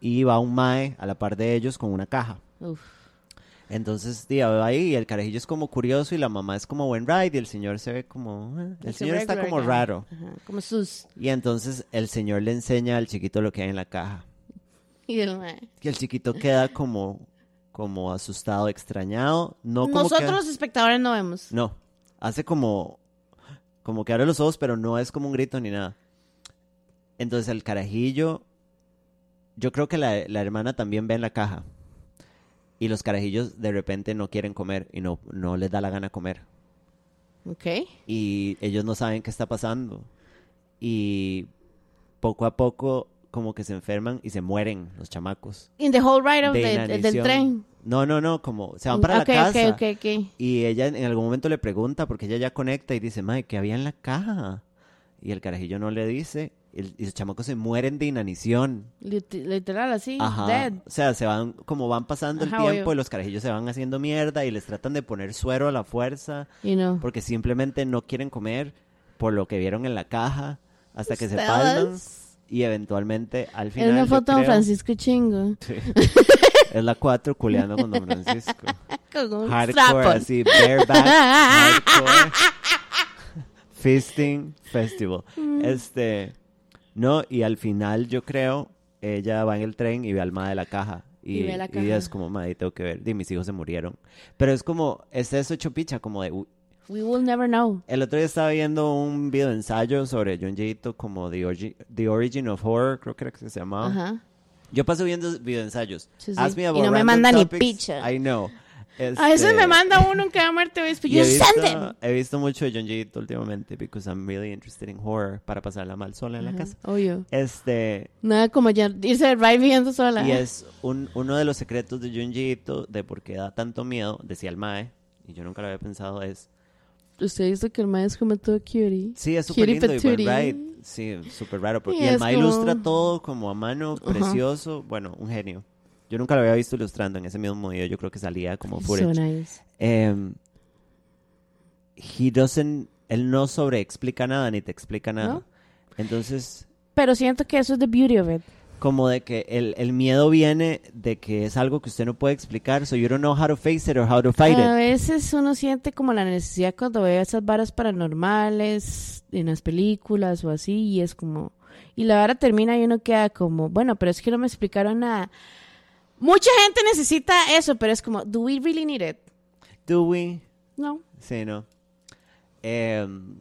Y va un mae a la par de ellos con una caja.
Uf.
Entonces, tía, va ahí y el carajillo es como curioso y la mamá es como buen ride y el señor se ve como... eh, El
It's a
señor está
regular
como
guy.
raro.
Ajá, Como sus...
Y entonces el señor le enseña al chiquito lo que hay en la caja.
Y el mae.
Y el chiquito queda como, como asustado, extrañado. No como que-
Nosotros los espectadores no vemos.
No, hace como, como que abre los ojos, pero no es como un grito ni nada. Entonces el carajillo, yo creo que la, la hermana también ve en la caja. Y los carajillos de repente no quieren comer y no, no les da la gana comer.
Ok.
Y ellos no saben qué está pasando. Y poco a poco como que se enferman y se mueren los chamacos.
In the whole ride of
de
the- del
inanición.
tren. Mm,
No, no, no, como se van para
Ok,
la
ok,
casa.
ok, ok.
Y ella en en algún momento le pregunta, porque ella ya conecta y dice, madre, ¿qué había en la caja? Y el carajillo no le dice. Y, el- y los chamacos se mueren de inanición.
Lit- Literal, así.
Ajá.
Dead.
O sea, se van, como van pasando el
Ajá,
tiempo
obvio.
y los carajillos se van haciendo mierda y les tratan de poner suero a la fuerza
You know.
porque simplemente no quieren comer por lo que vieron en la caja hasta que se
Ustedes.
palman y eventualmente al final.
es una
yo
foto de don
creo-
Francisco Chingo.
Sí. es la 4 culeando con Don Francisco.
Con un
Hardcore,
strap-on.
así, bareback, hardcore. Fisting Festival.
Mm.
Este, no, y al final yo creo, ella va en el tren y ve al ma de la caja. Y,
Y ve la
y
caja.
es como, madre, tengo que ver. Y mis hijos se murieron. Pero es como, es eso chopicha, como de, "Uy".
We will never know.
El otro día estaba viendo un video ensayo sobre John Jito como The, Orgi- The Origin of Horror, creo que era que se llamaba.
Ajá.
Yo paso viendo videoensayos.
Sí, sí.
Ask me
Y
about
no me
random
manda ni
topics.
picha.
I know.
A veces
Este,
Ah, me manda uno en cada muerte, ¿ves? Pero
y
pues, yo
he,
send them.
visto, he visto mucho de John Jito últimamente because I'm really interested in horror para pasarla mal sola en la
Ajá,
casa.
Obvio.
Este,
Nada como ya irse de ride viviendo sola.
Y es un- uno de los secretos de Junji Ito de por qué da tanto miedo, decía el Mae, y yo nunca lo había pensado, es...
Usted dice que el maestro come todo cutie.
Sí, es súper
Cutie
lindo y buen
patootie.
ride. Sí, súper raro. porque-
Y
y el
es
Mae
como-
ilustra todo como a mano,
Ajá.
precioso. Bueno, un genio. Yo nunca lo había visto ilustrando en ese mismo día. Yo creo que salía como
So
footage.
nice.
Em, he doesn't... Él no sobreexplica nada ni te explica nada.
¿No?
Entonces...
Pero siento que eso es the beauty of it.
Como de que el, el miedo viene de que es algo que usted no puede explicar, so you don't know how to face it or how to fight
A
it.
veces uno siente como la necesidad cuando ve esas varas paranormales en las películas o así, y es como. Y la vara termina y uno queda como, bueno, pero es que no me explicaron nada. Mucha gente necesita eso, pero es como, ¿do we really need it?
Do we?
No.
Sí, no. Em,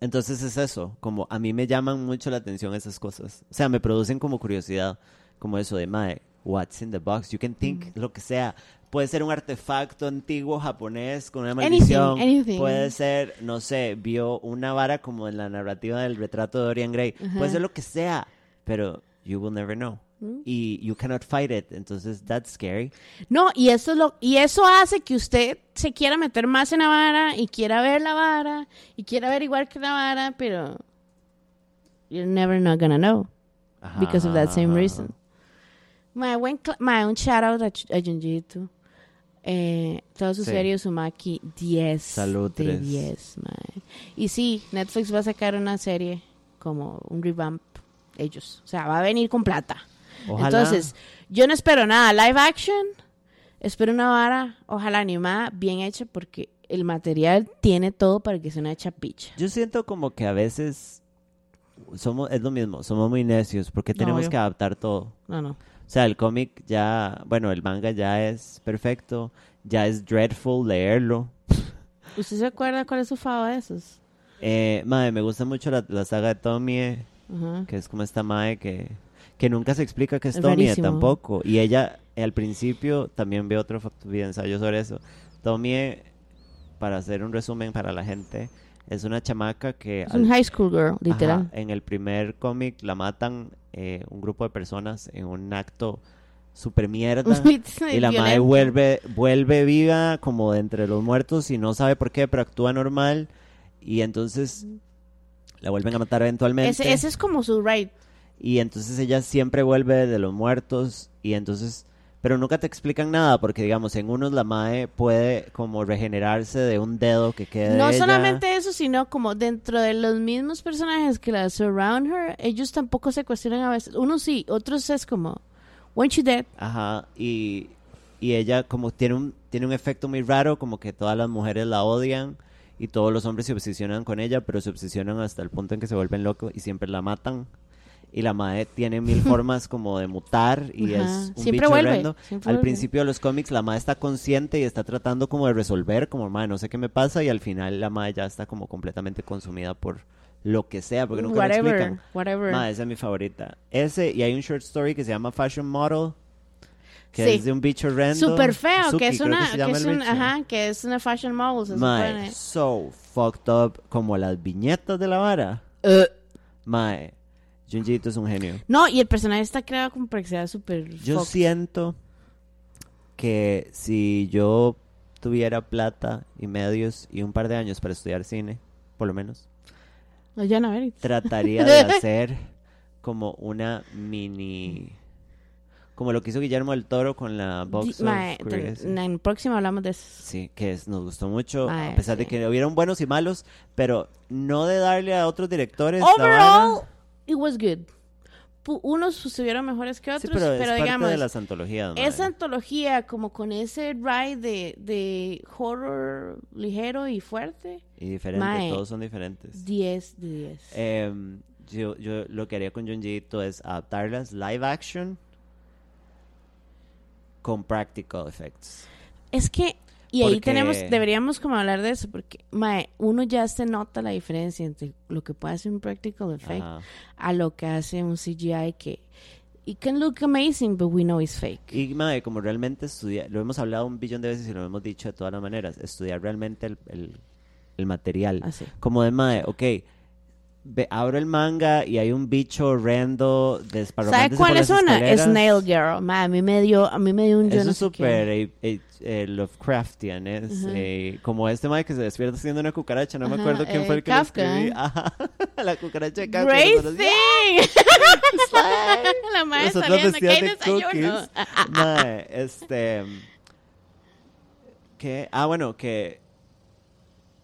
entonces es eso, como a mí me llaman mucho la atención esas cosas. O sea, me producen como curiosidad, como eso de Mae, what's in the box? You can
Mm.
think lo que sea. Puede ser un artefacto antiguo japonés con una
Anything,
maldición.
anything.
Puede ser, no sé, vio una vara como en la narrativa del retrato de Dorian Gray. Puede ser lo que sea, pero you will never know.
Mm.
Y you cannot fight it, entonces that's scary.
No, y eso, es lo, y eso hace que usted se quiera meter más en la vara y quiera ver la vara y quiera averiguar que la vara, pero. You're never not gonna know.
Ajá,
because of that
ajá,
same
ajá,
reason. My, buen cl- mae, un shout out a, Ch- a Junjito. Eh, todo su
Sí.
serie Uzumaki 10
Salud,
de
tres.
10, mae. Y sí, Netflix va a sacar una serie como un revamp ellos, o sea, va a venir con plata.
Ojalá.
Entonces, yo no espero nada live action, espero una vara, ojalá animada, bien hecha porque el material tiene todo para que sea una chapicha.
Yo siento como que a veces somos, es lo mismo, somos muy necios porque
No,
tenemos
obvio.
que adaptar todo.
No, no.
O sea, el cómic ya, bueno, el manga ya es perfecto, ya es dreadful leerlo.
¿Usted se acuerda cuál es su favo de esos?
Eh, madre, me gusta mucho la, la saga de Tomie,
Ajá.
que es como esta madre que, que nunca se explica que es
Es
Tomie
rarísimo.
tampoco. Y ella, eh, al principio, también ve otro fa- video ensayo sobre eso. Tomie, para hacer un resumen para la gente, es una chamaca que...
Es
al-
un high school girl,
Ajá,
literal.
en el primer cómic la matan eh, un grupo de personas en un acto super mierda. y la madre
Violento.
vuelve, vuelve viva como de entre los muertos y no sabe por qué, pero actúa normal. Y entonces la vuelven a matar eventualmente.
Ese, ese es como su right.
Y entonces ella siempre vuelve de los muertos. Y entonces... Pero nunca te explican nada, porque digamos, en unos la madre puede como regenerarse de un dedo que quede de
No
ella.
solamente eso, sino como dentro de los mismos personajes que la surround her, ellos tampoco se cuestionan a veces. Unos sí, otros es como, when she dead.
Ajá, y, y ella como tiene un, tiene un efecto muy raro, como que todas las mujeres la odian y todos los hombres se obsesionan con ella, pero se obsesionan hasta el punto en que se vuelven locos y siempre la matan. Y la madre tiene mil formas como de mutar y
Ajá,
es un
siempre
bicho
vuelve,
horrendo.
siempre
Al
vuelve.
principio de los cómics la madre está consciente y está tratando como de resolver, como madre, no sé qué me pasa, y al final la madre ya está como completamente consumida por lo que sea, porque nunca lo
Whatever,
explican.
whatever.
Ma, esa es mi favorita. Ese, y hay un short story que se llama Fashion Model, que
Sí.
es de un bicho random.
Super feo,
Suki,
que es
creo
una,
se
que,
llama
es
el
un,
bicho.
ajá, que es una fashion model, se
Ma,
supone.
so fucked up, como las viñetas de la vara.
Eh,
Mae, Junjito es un genio.
no, y el personaje está creado como para que sea super
Yo
fucked.
siento que si yo tuviera plata y medios y un par de años para estudiar cine, por lo menos,
No, ya no, Eric.
trataría de hacer como una mini como lo que hizo Guillermo del Toro con la Box
Di- mae,
of Curiosity.
en el próximo hablamos de eso.
Sí, que es- nos gustó mucho,
Mae,
a pesar de
sí.
que hubieron buenos y malos, pero no de darle a otros directores la
Overall,
vara.
it was good. Pu- unos estuvieron mejores que otros,
Sí, pero
pero,
es parte
digamos,
de las antologías, mae.
esa antología como con ese ride de, de horror ligero y fuerte,
y diferente,
mae.
todos son diferentes.
10 de 10.
Em, yo, yo lo que haría con Junjiito es adaptarlas live action con practical effects.
es que, y ahí
porque-
tenemos, deberíamos como hablar de eso, porque mae, uno ya se nota la diferencia entre lo que puede hacer un practical effect
Ajá.
a lo que hace un CGI que it can look amazing, but we know it's fake.
Y mae, como realmente estudiar, lo hemos hablado un billón de veces y lo hemos dicho de todas las maneras, estudiar realmente el, el- el material.
Así.
Como de mae, ok, ve- abro el manga y hay un bicho horrendo desparramándose
¿Sabes
por
cuál
las
es una?
escaleras.
Snail Girl. Ma, a mí me dio, a mí me dio un yo
Eso
no
es
sé qué.
súper eh, eh, eh, Lovecraftian, es eh, como este mae que se despierta siendo una cucaracha, no me
Ajá,
acuerdo quién
eh,
fue el que
Kafka.
lo escribí. Ajá, la cucaracha de Kafka.
Great
nosotros-
thing. La madre
Nosotros
saliendo que
vestidas
hay
de
desayuno.
cookies. Mae, este. que Ah, bueno, que.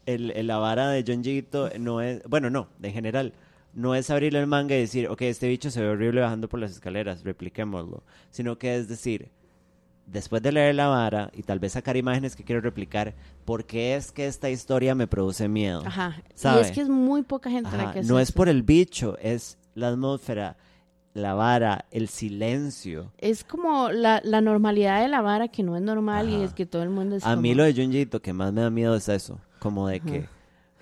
El, el- la vara de John Gito no es. Bueno, no, en general. No es abrirle el manga y decir, ok, este bicho se ve horrible bajando por las escaleras, repliquémoslo. Sino que es decir, después de leer la vara y tal vez sacar imágenes que quiero replicar, ¿por qué es que esta historia me produce miedo?
Ajá. Y es
¿Sabe?
que es muy poca gente la
Ajá,
que
no
hace
es
eso.
por el bicho, es la atmósfera, la vara, el silencio.
Es como la, la normalidad de la vara que no es normal y
Ajá.
es que todo el mundo es
A mí
como-
lo de Junjito que más me da miedo es eso, como de que,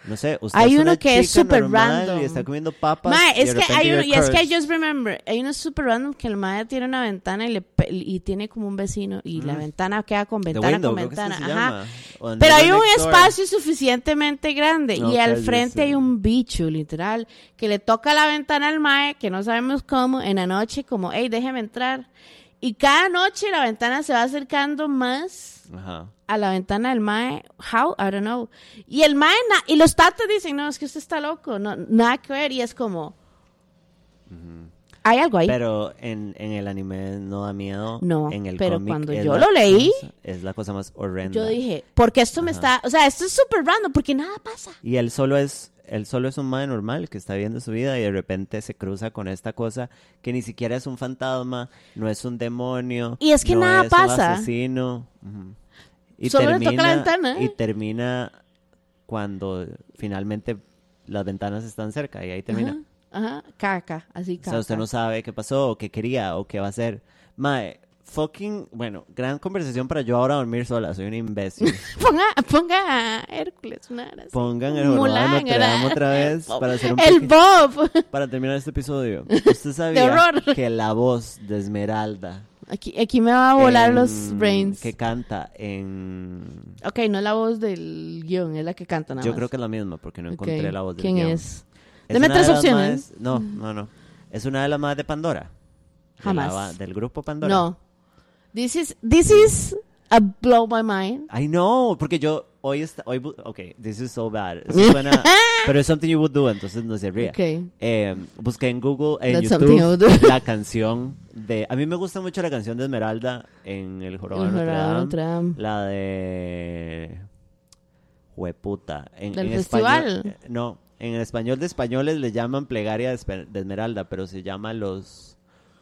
no sé, usted
Hay
es
uno
una
que es
chica
súper
normal
random.
y está comiendo papas.
Ma,
y de
es que
repente
hay
you're
uno, y es que I
cursed.
just remember, hay uno super random que el madre tiene una ventana y le pe- y tiene como un vecino y la
Mm.
ventana queda con
The
ventana
Window,
con
creo que es
ventana,
que se
ajá.
llama, o el
Pero hay
Neighbor
un
Next Door.
espacio suficientemente grande
Ok,
y al
yo
frente
sé.
hay un bicho, literal, que le toca la ventana al mae, que no sabemos cómo, en la noche, como, hey, déjeme entrar. Y cada noche la ventana se va acercando más
Ajá.
a la ventana del mae, how, I don't know. Y el mae, na- y los tatas dicen, no, es que usted está loco, no, nada que ver, y es como, hay algo ahí.
Pero en, en el anime no da miedo.
No,
en el
pero
cómic
cuando
es
yo
la
lo leí-
cosa- es la cosa más horrenda.
Yo dije, porque esto me está, o sea, esto es súper random, porque nada pasa.
Y él solo es, él solo es un mae normal que está viviendo su vida y de repente se cruza con esta cosa que ni siquiera es un fantasma, no es un demonio.
Y es que
no
nada
es
pasa.
Un asesino. Ujú.
Solo le toca la ventana.
Y termina cuando finalmente las ventanas están cerca y ahí termina.
Ajá, caca, así
O
caca.
sea, usted no sabe qué pasó, o qué quería, o qué va a hacer. Mae, fucking, bueno, gran conversación para yo ahora dormir sola, soy un imbécil.
Ponga, ponga a Hércules, una hora así.
Pongan el jorobado de
Mulan,
Notre
era-
Dame otra vez para hacer un
El
peque-
Bob.
Para terminar este episodio, ¿usted
De
sabía
horror.
que la voz de Esmeralda
Aquí, aquí me va a volar
en-
los brains.
que canta en
Ok, no es la voz del guión, es la que canta nada
yo
más.
creo que es la misma porque no encontré
Ok,
la voz del
¿Quién
guión.
es?
Es
Deme
una
tres
de las
opciones. Mm.
más- no, no, no. Es una de las más de Pandora. De
Jamás.
la ba- del grupo Pandora.
No. This is, this is a blow my mind.
I know, porque yo hoy está hoy bu- okay, this is so bad. Eso suena- pero es something you would do, entonces no se ría.
Ok.
Eh, busqué en Google, en
That's something I would
YouTube,
do.
la canción de. A mí me gusta mucho la canción de Esmeralda en El Jorobado de
El
Notre
Jorobado de
Dame.
Notre Dame.
La de. Hueputa. En,
¿Del
en
festival?
Español, eh, no, en el español de españoles le llaman plegaria de, Espe- de Esmeralda, pero se llama los.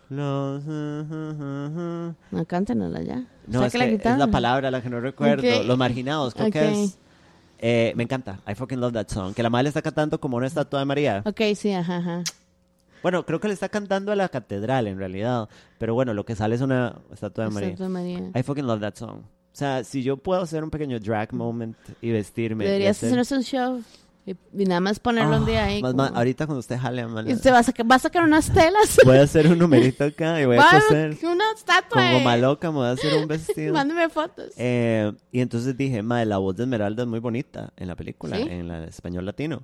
Los.
No, cántanosla ya.
No, es,
Sáquela
que es
guitarra.
la palabra la que no recuerdo.
Ok.
Los marginados, creo
Ok.
que es. Eh, me encanta. I fucking love that song. Que la madre le está cantando como una estatua de María.
Ok, sí, ajá, ajá.
Bueno, creo que le está cantando a la catedral en realidad. Pero bueno, lo que sale es una estatua de María.
Excepto a María.
I fucking love that song. O sea, si yo puedo hacer un pequeño drag moment y vestirme. y
Deberías
hacer-
hacernos un show y, y nada más ponerlo
Ah,
un día ahí.
más-
como-
más- ahorita cuando usted jale, man,
Y usted va a, saca- va a sacar unas telas.
voy a hacer un numerito acá y voy
Va
a coser.
Una estatua.
Como
eh.
maloca me voy a hacer un vestido.
Mándeme fotos.
Eh, y entonces dije, madre, la voz de Esmeralda es muy bonita en la película,
¿Sí?
en la de español latino.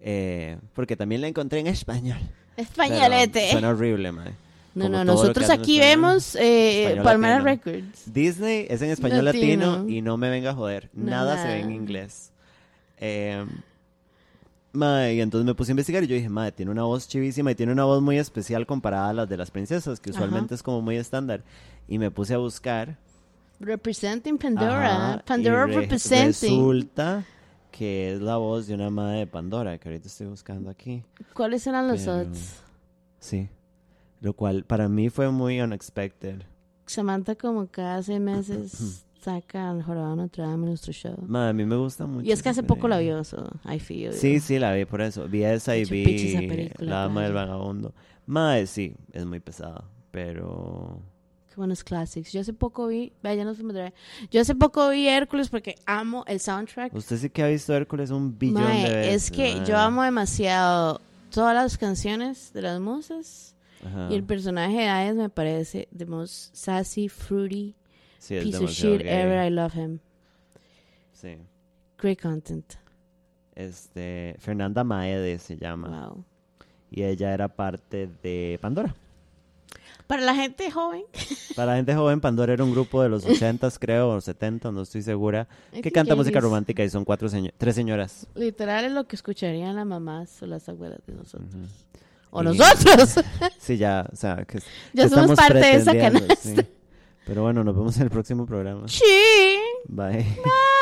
Eh, porque también la encontré en español. Pero
Españolete.
Suena horrible, madre.
no,
Como todo lo
no,
que
nosotros
hacen
aquí
los españoles.
vemos eh,
Español
Palmera
latino.
Records.
Disney es en español latino,
Latino.
y no me venga a joder.
No,
nada, se ve en
nada.
inglés. Eh, mae, y entonces me puse a investigar y yo dije, madre, tiene una voz chivísima y tiene una voz muy especial comparada a las de las princesas, que
Ajá.
usualmente es como muy estándar. Y me puse a buscar.
Representing Pandora.
Ajá, y
Pandora
re-
representing.
Resulta que es la voz de una madre de Pandora, que ahorita estoy buscando aquí.
¿Cuáles eran los
Pero-
odds?
Sí. Lo cual para mí fue muy unexpected.
Samantha como cada seis meses saca al jorobado Notre Dame en nuestro show.
Madre, a mí me gusta mucho.
Y es que hace
esa
poco la
película.
vio, so I feel.
Sí, sí, la vi por eso. Vi esa y
Mucho
vi
piche esa película,
La dama del
playa.
vagabundo. Madre, sí, es muy pesada, pero...
Qué buenos classics. Yo hace poco vi, vaya, ya nos fuimos otra vez. Yo hace poco vi Hércules porque amo el soundtrack.
Usted sí que ha visto Hércules un Pues, billón
Mae,
de veces.
es que
mae.
yo amo demasiado todas las canciones de las musas
Ajá.
Y el personaje de Ayes me parece the most sassy, fruity,
Sí, es
piece of
demasiado
shit
gay.
ever. I love him.
Sí.
Great content.
Este, Fernanda Maede se llama.
Wow.
Y ella era parte de Pandora.
Para la gente joven.
Para la gente joven, Pandora era un grupo de los 80s, creo, o 70, no estoy segura,
I
que
think
canta música
80s.
romántica y son cuatro seño- tres señoras.
Literal es lo que escucharían las mamás o las abuelas de nosotros. O
Y-
nosotros.
Sí, ya, o sea, que,
ya
que
somos
estamos
parte de esa
pretendiendo,
canasta.
sí. Pero bueno, nos vemos en el próximo programa.
Sí.
Bye.
Bye.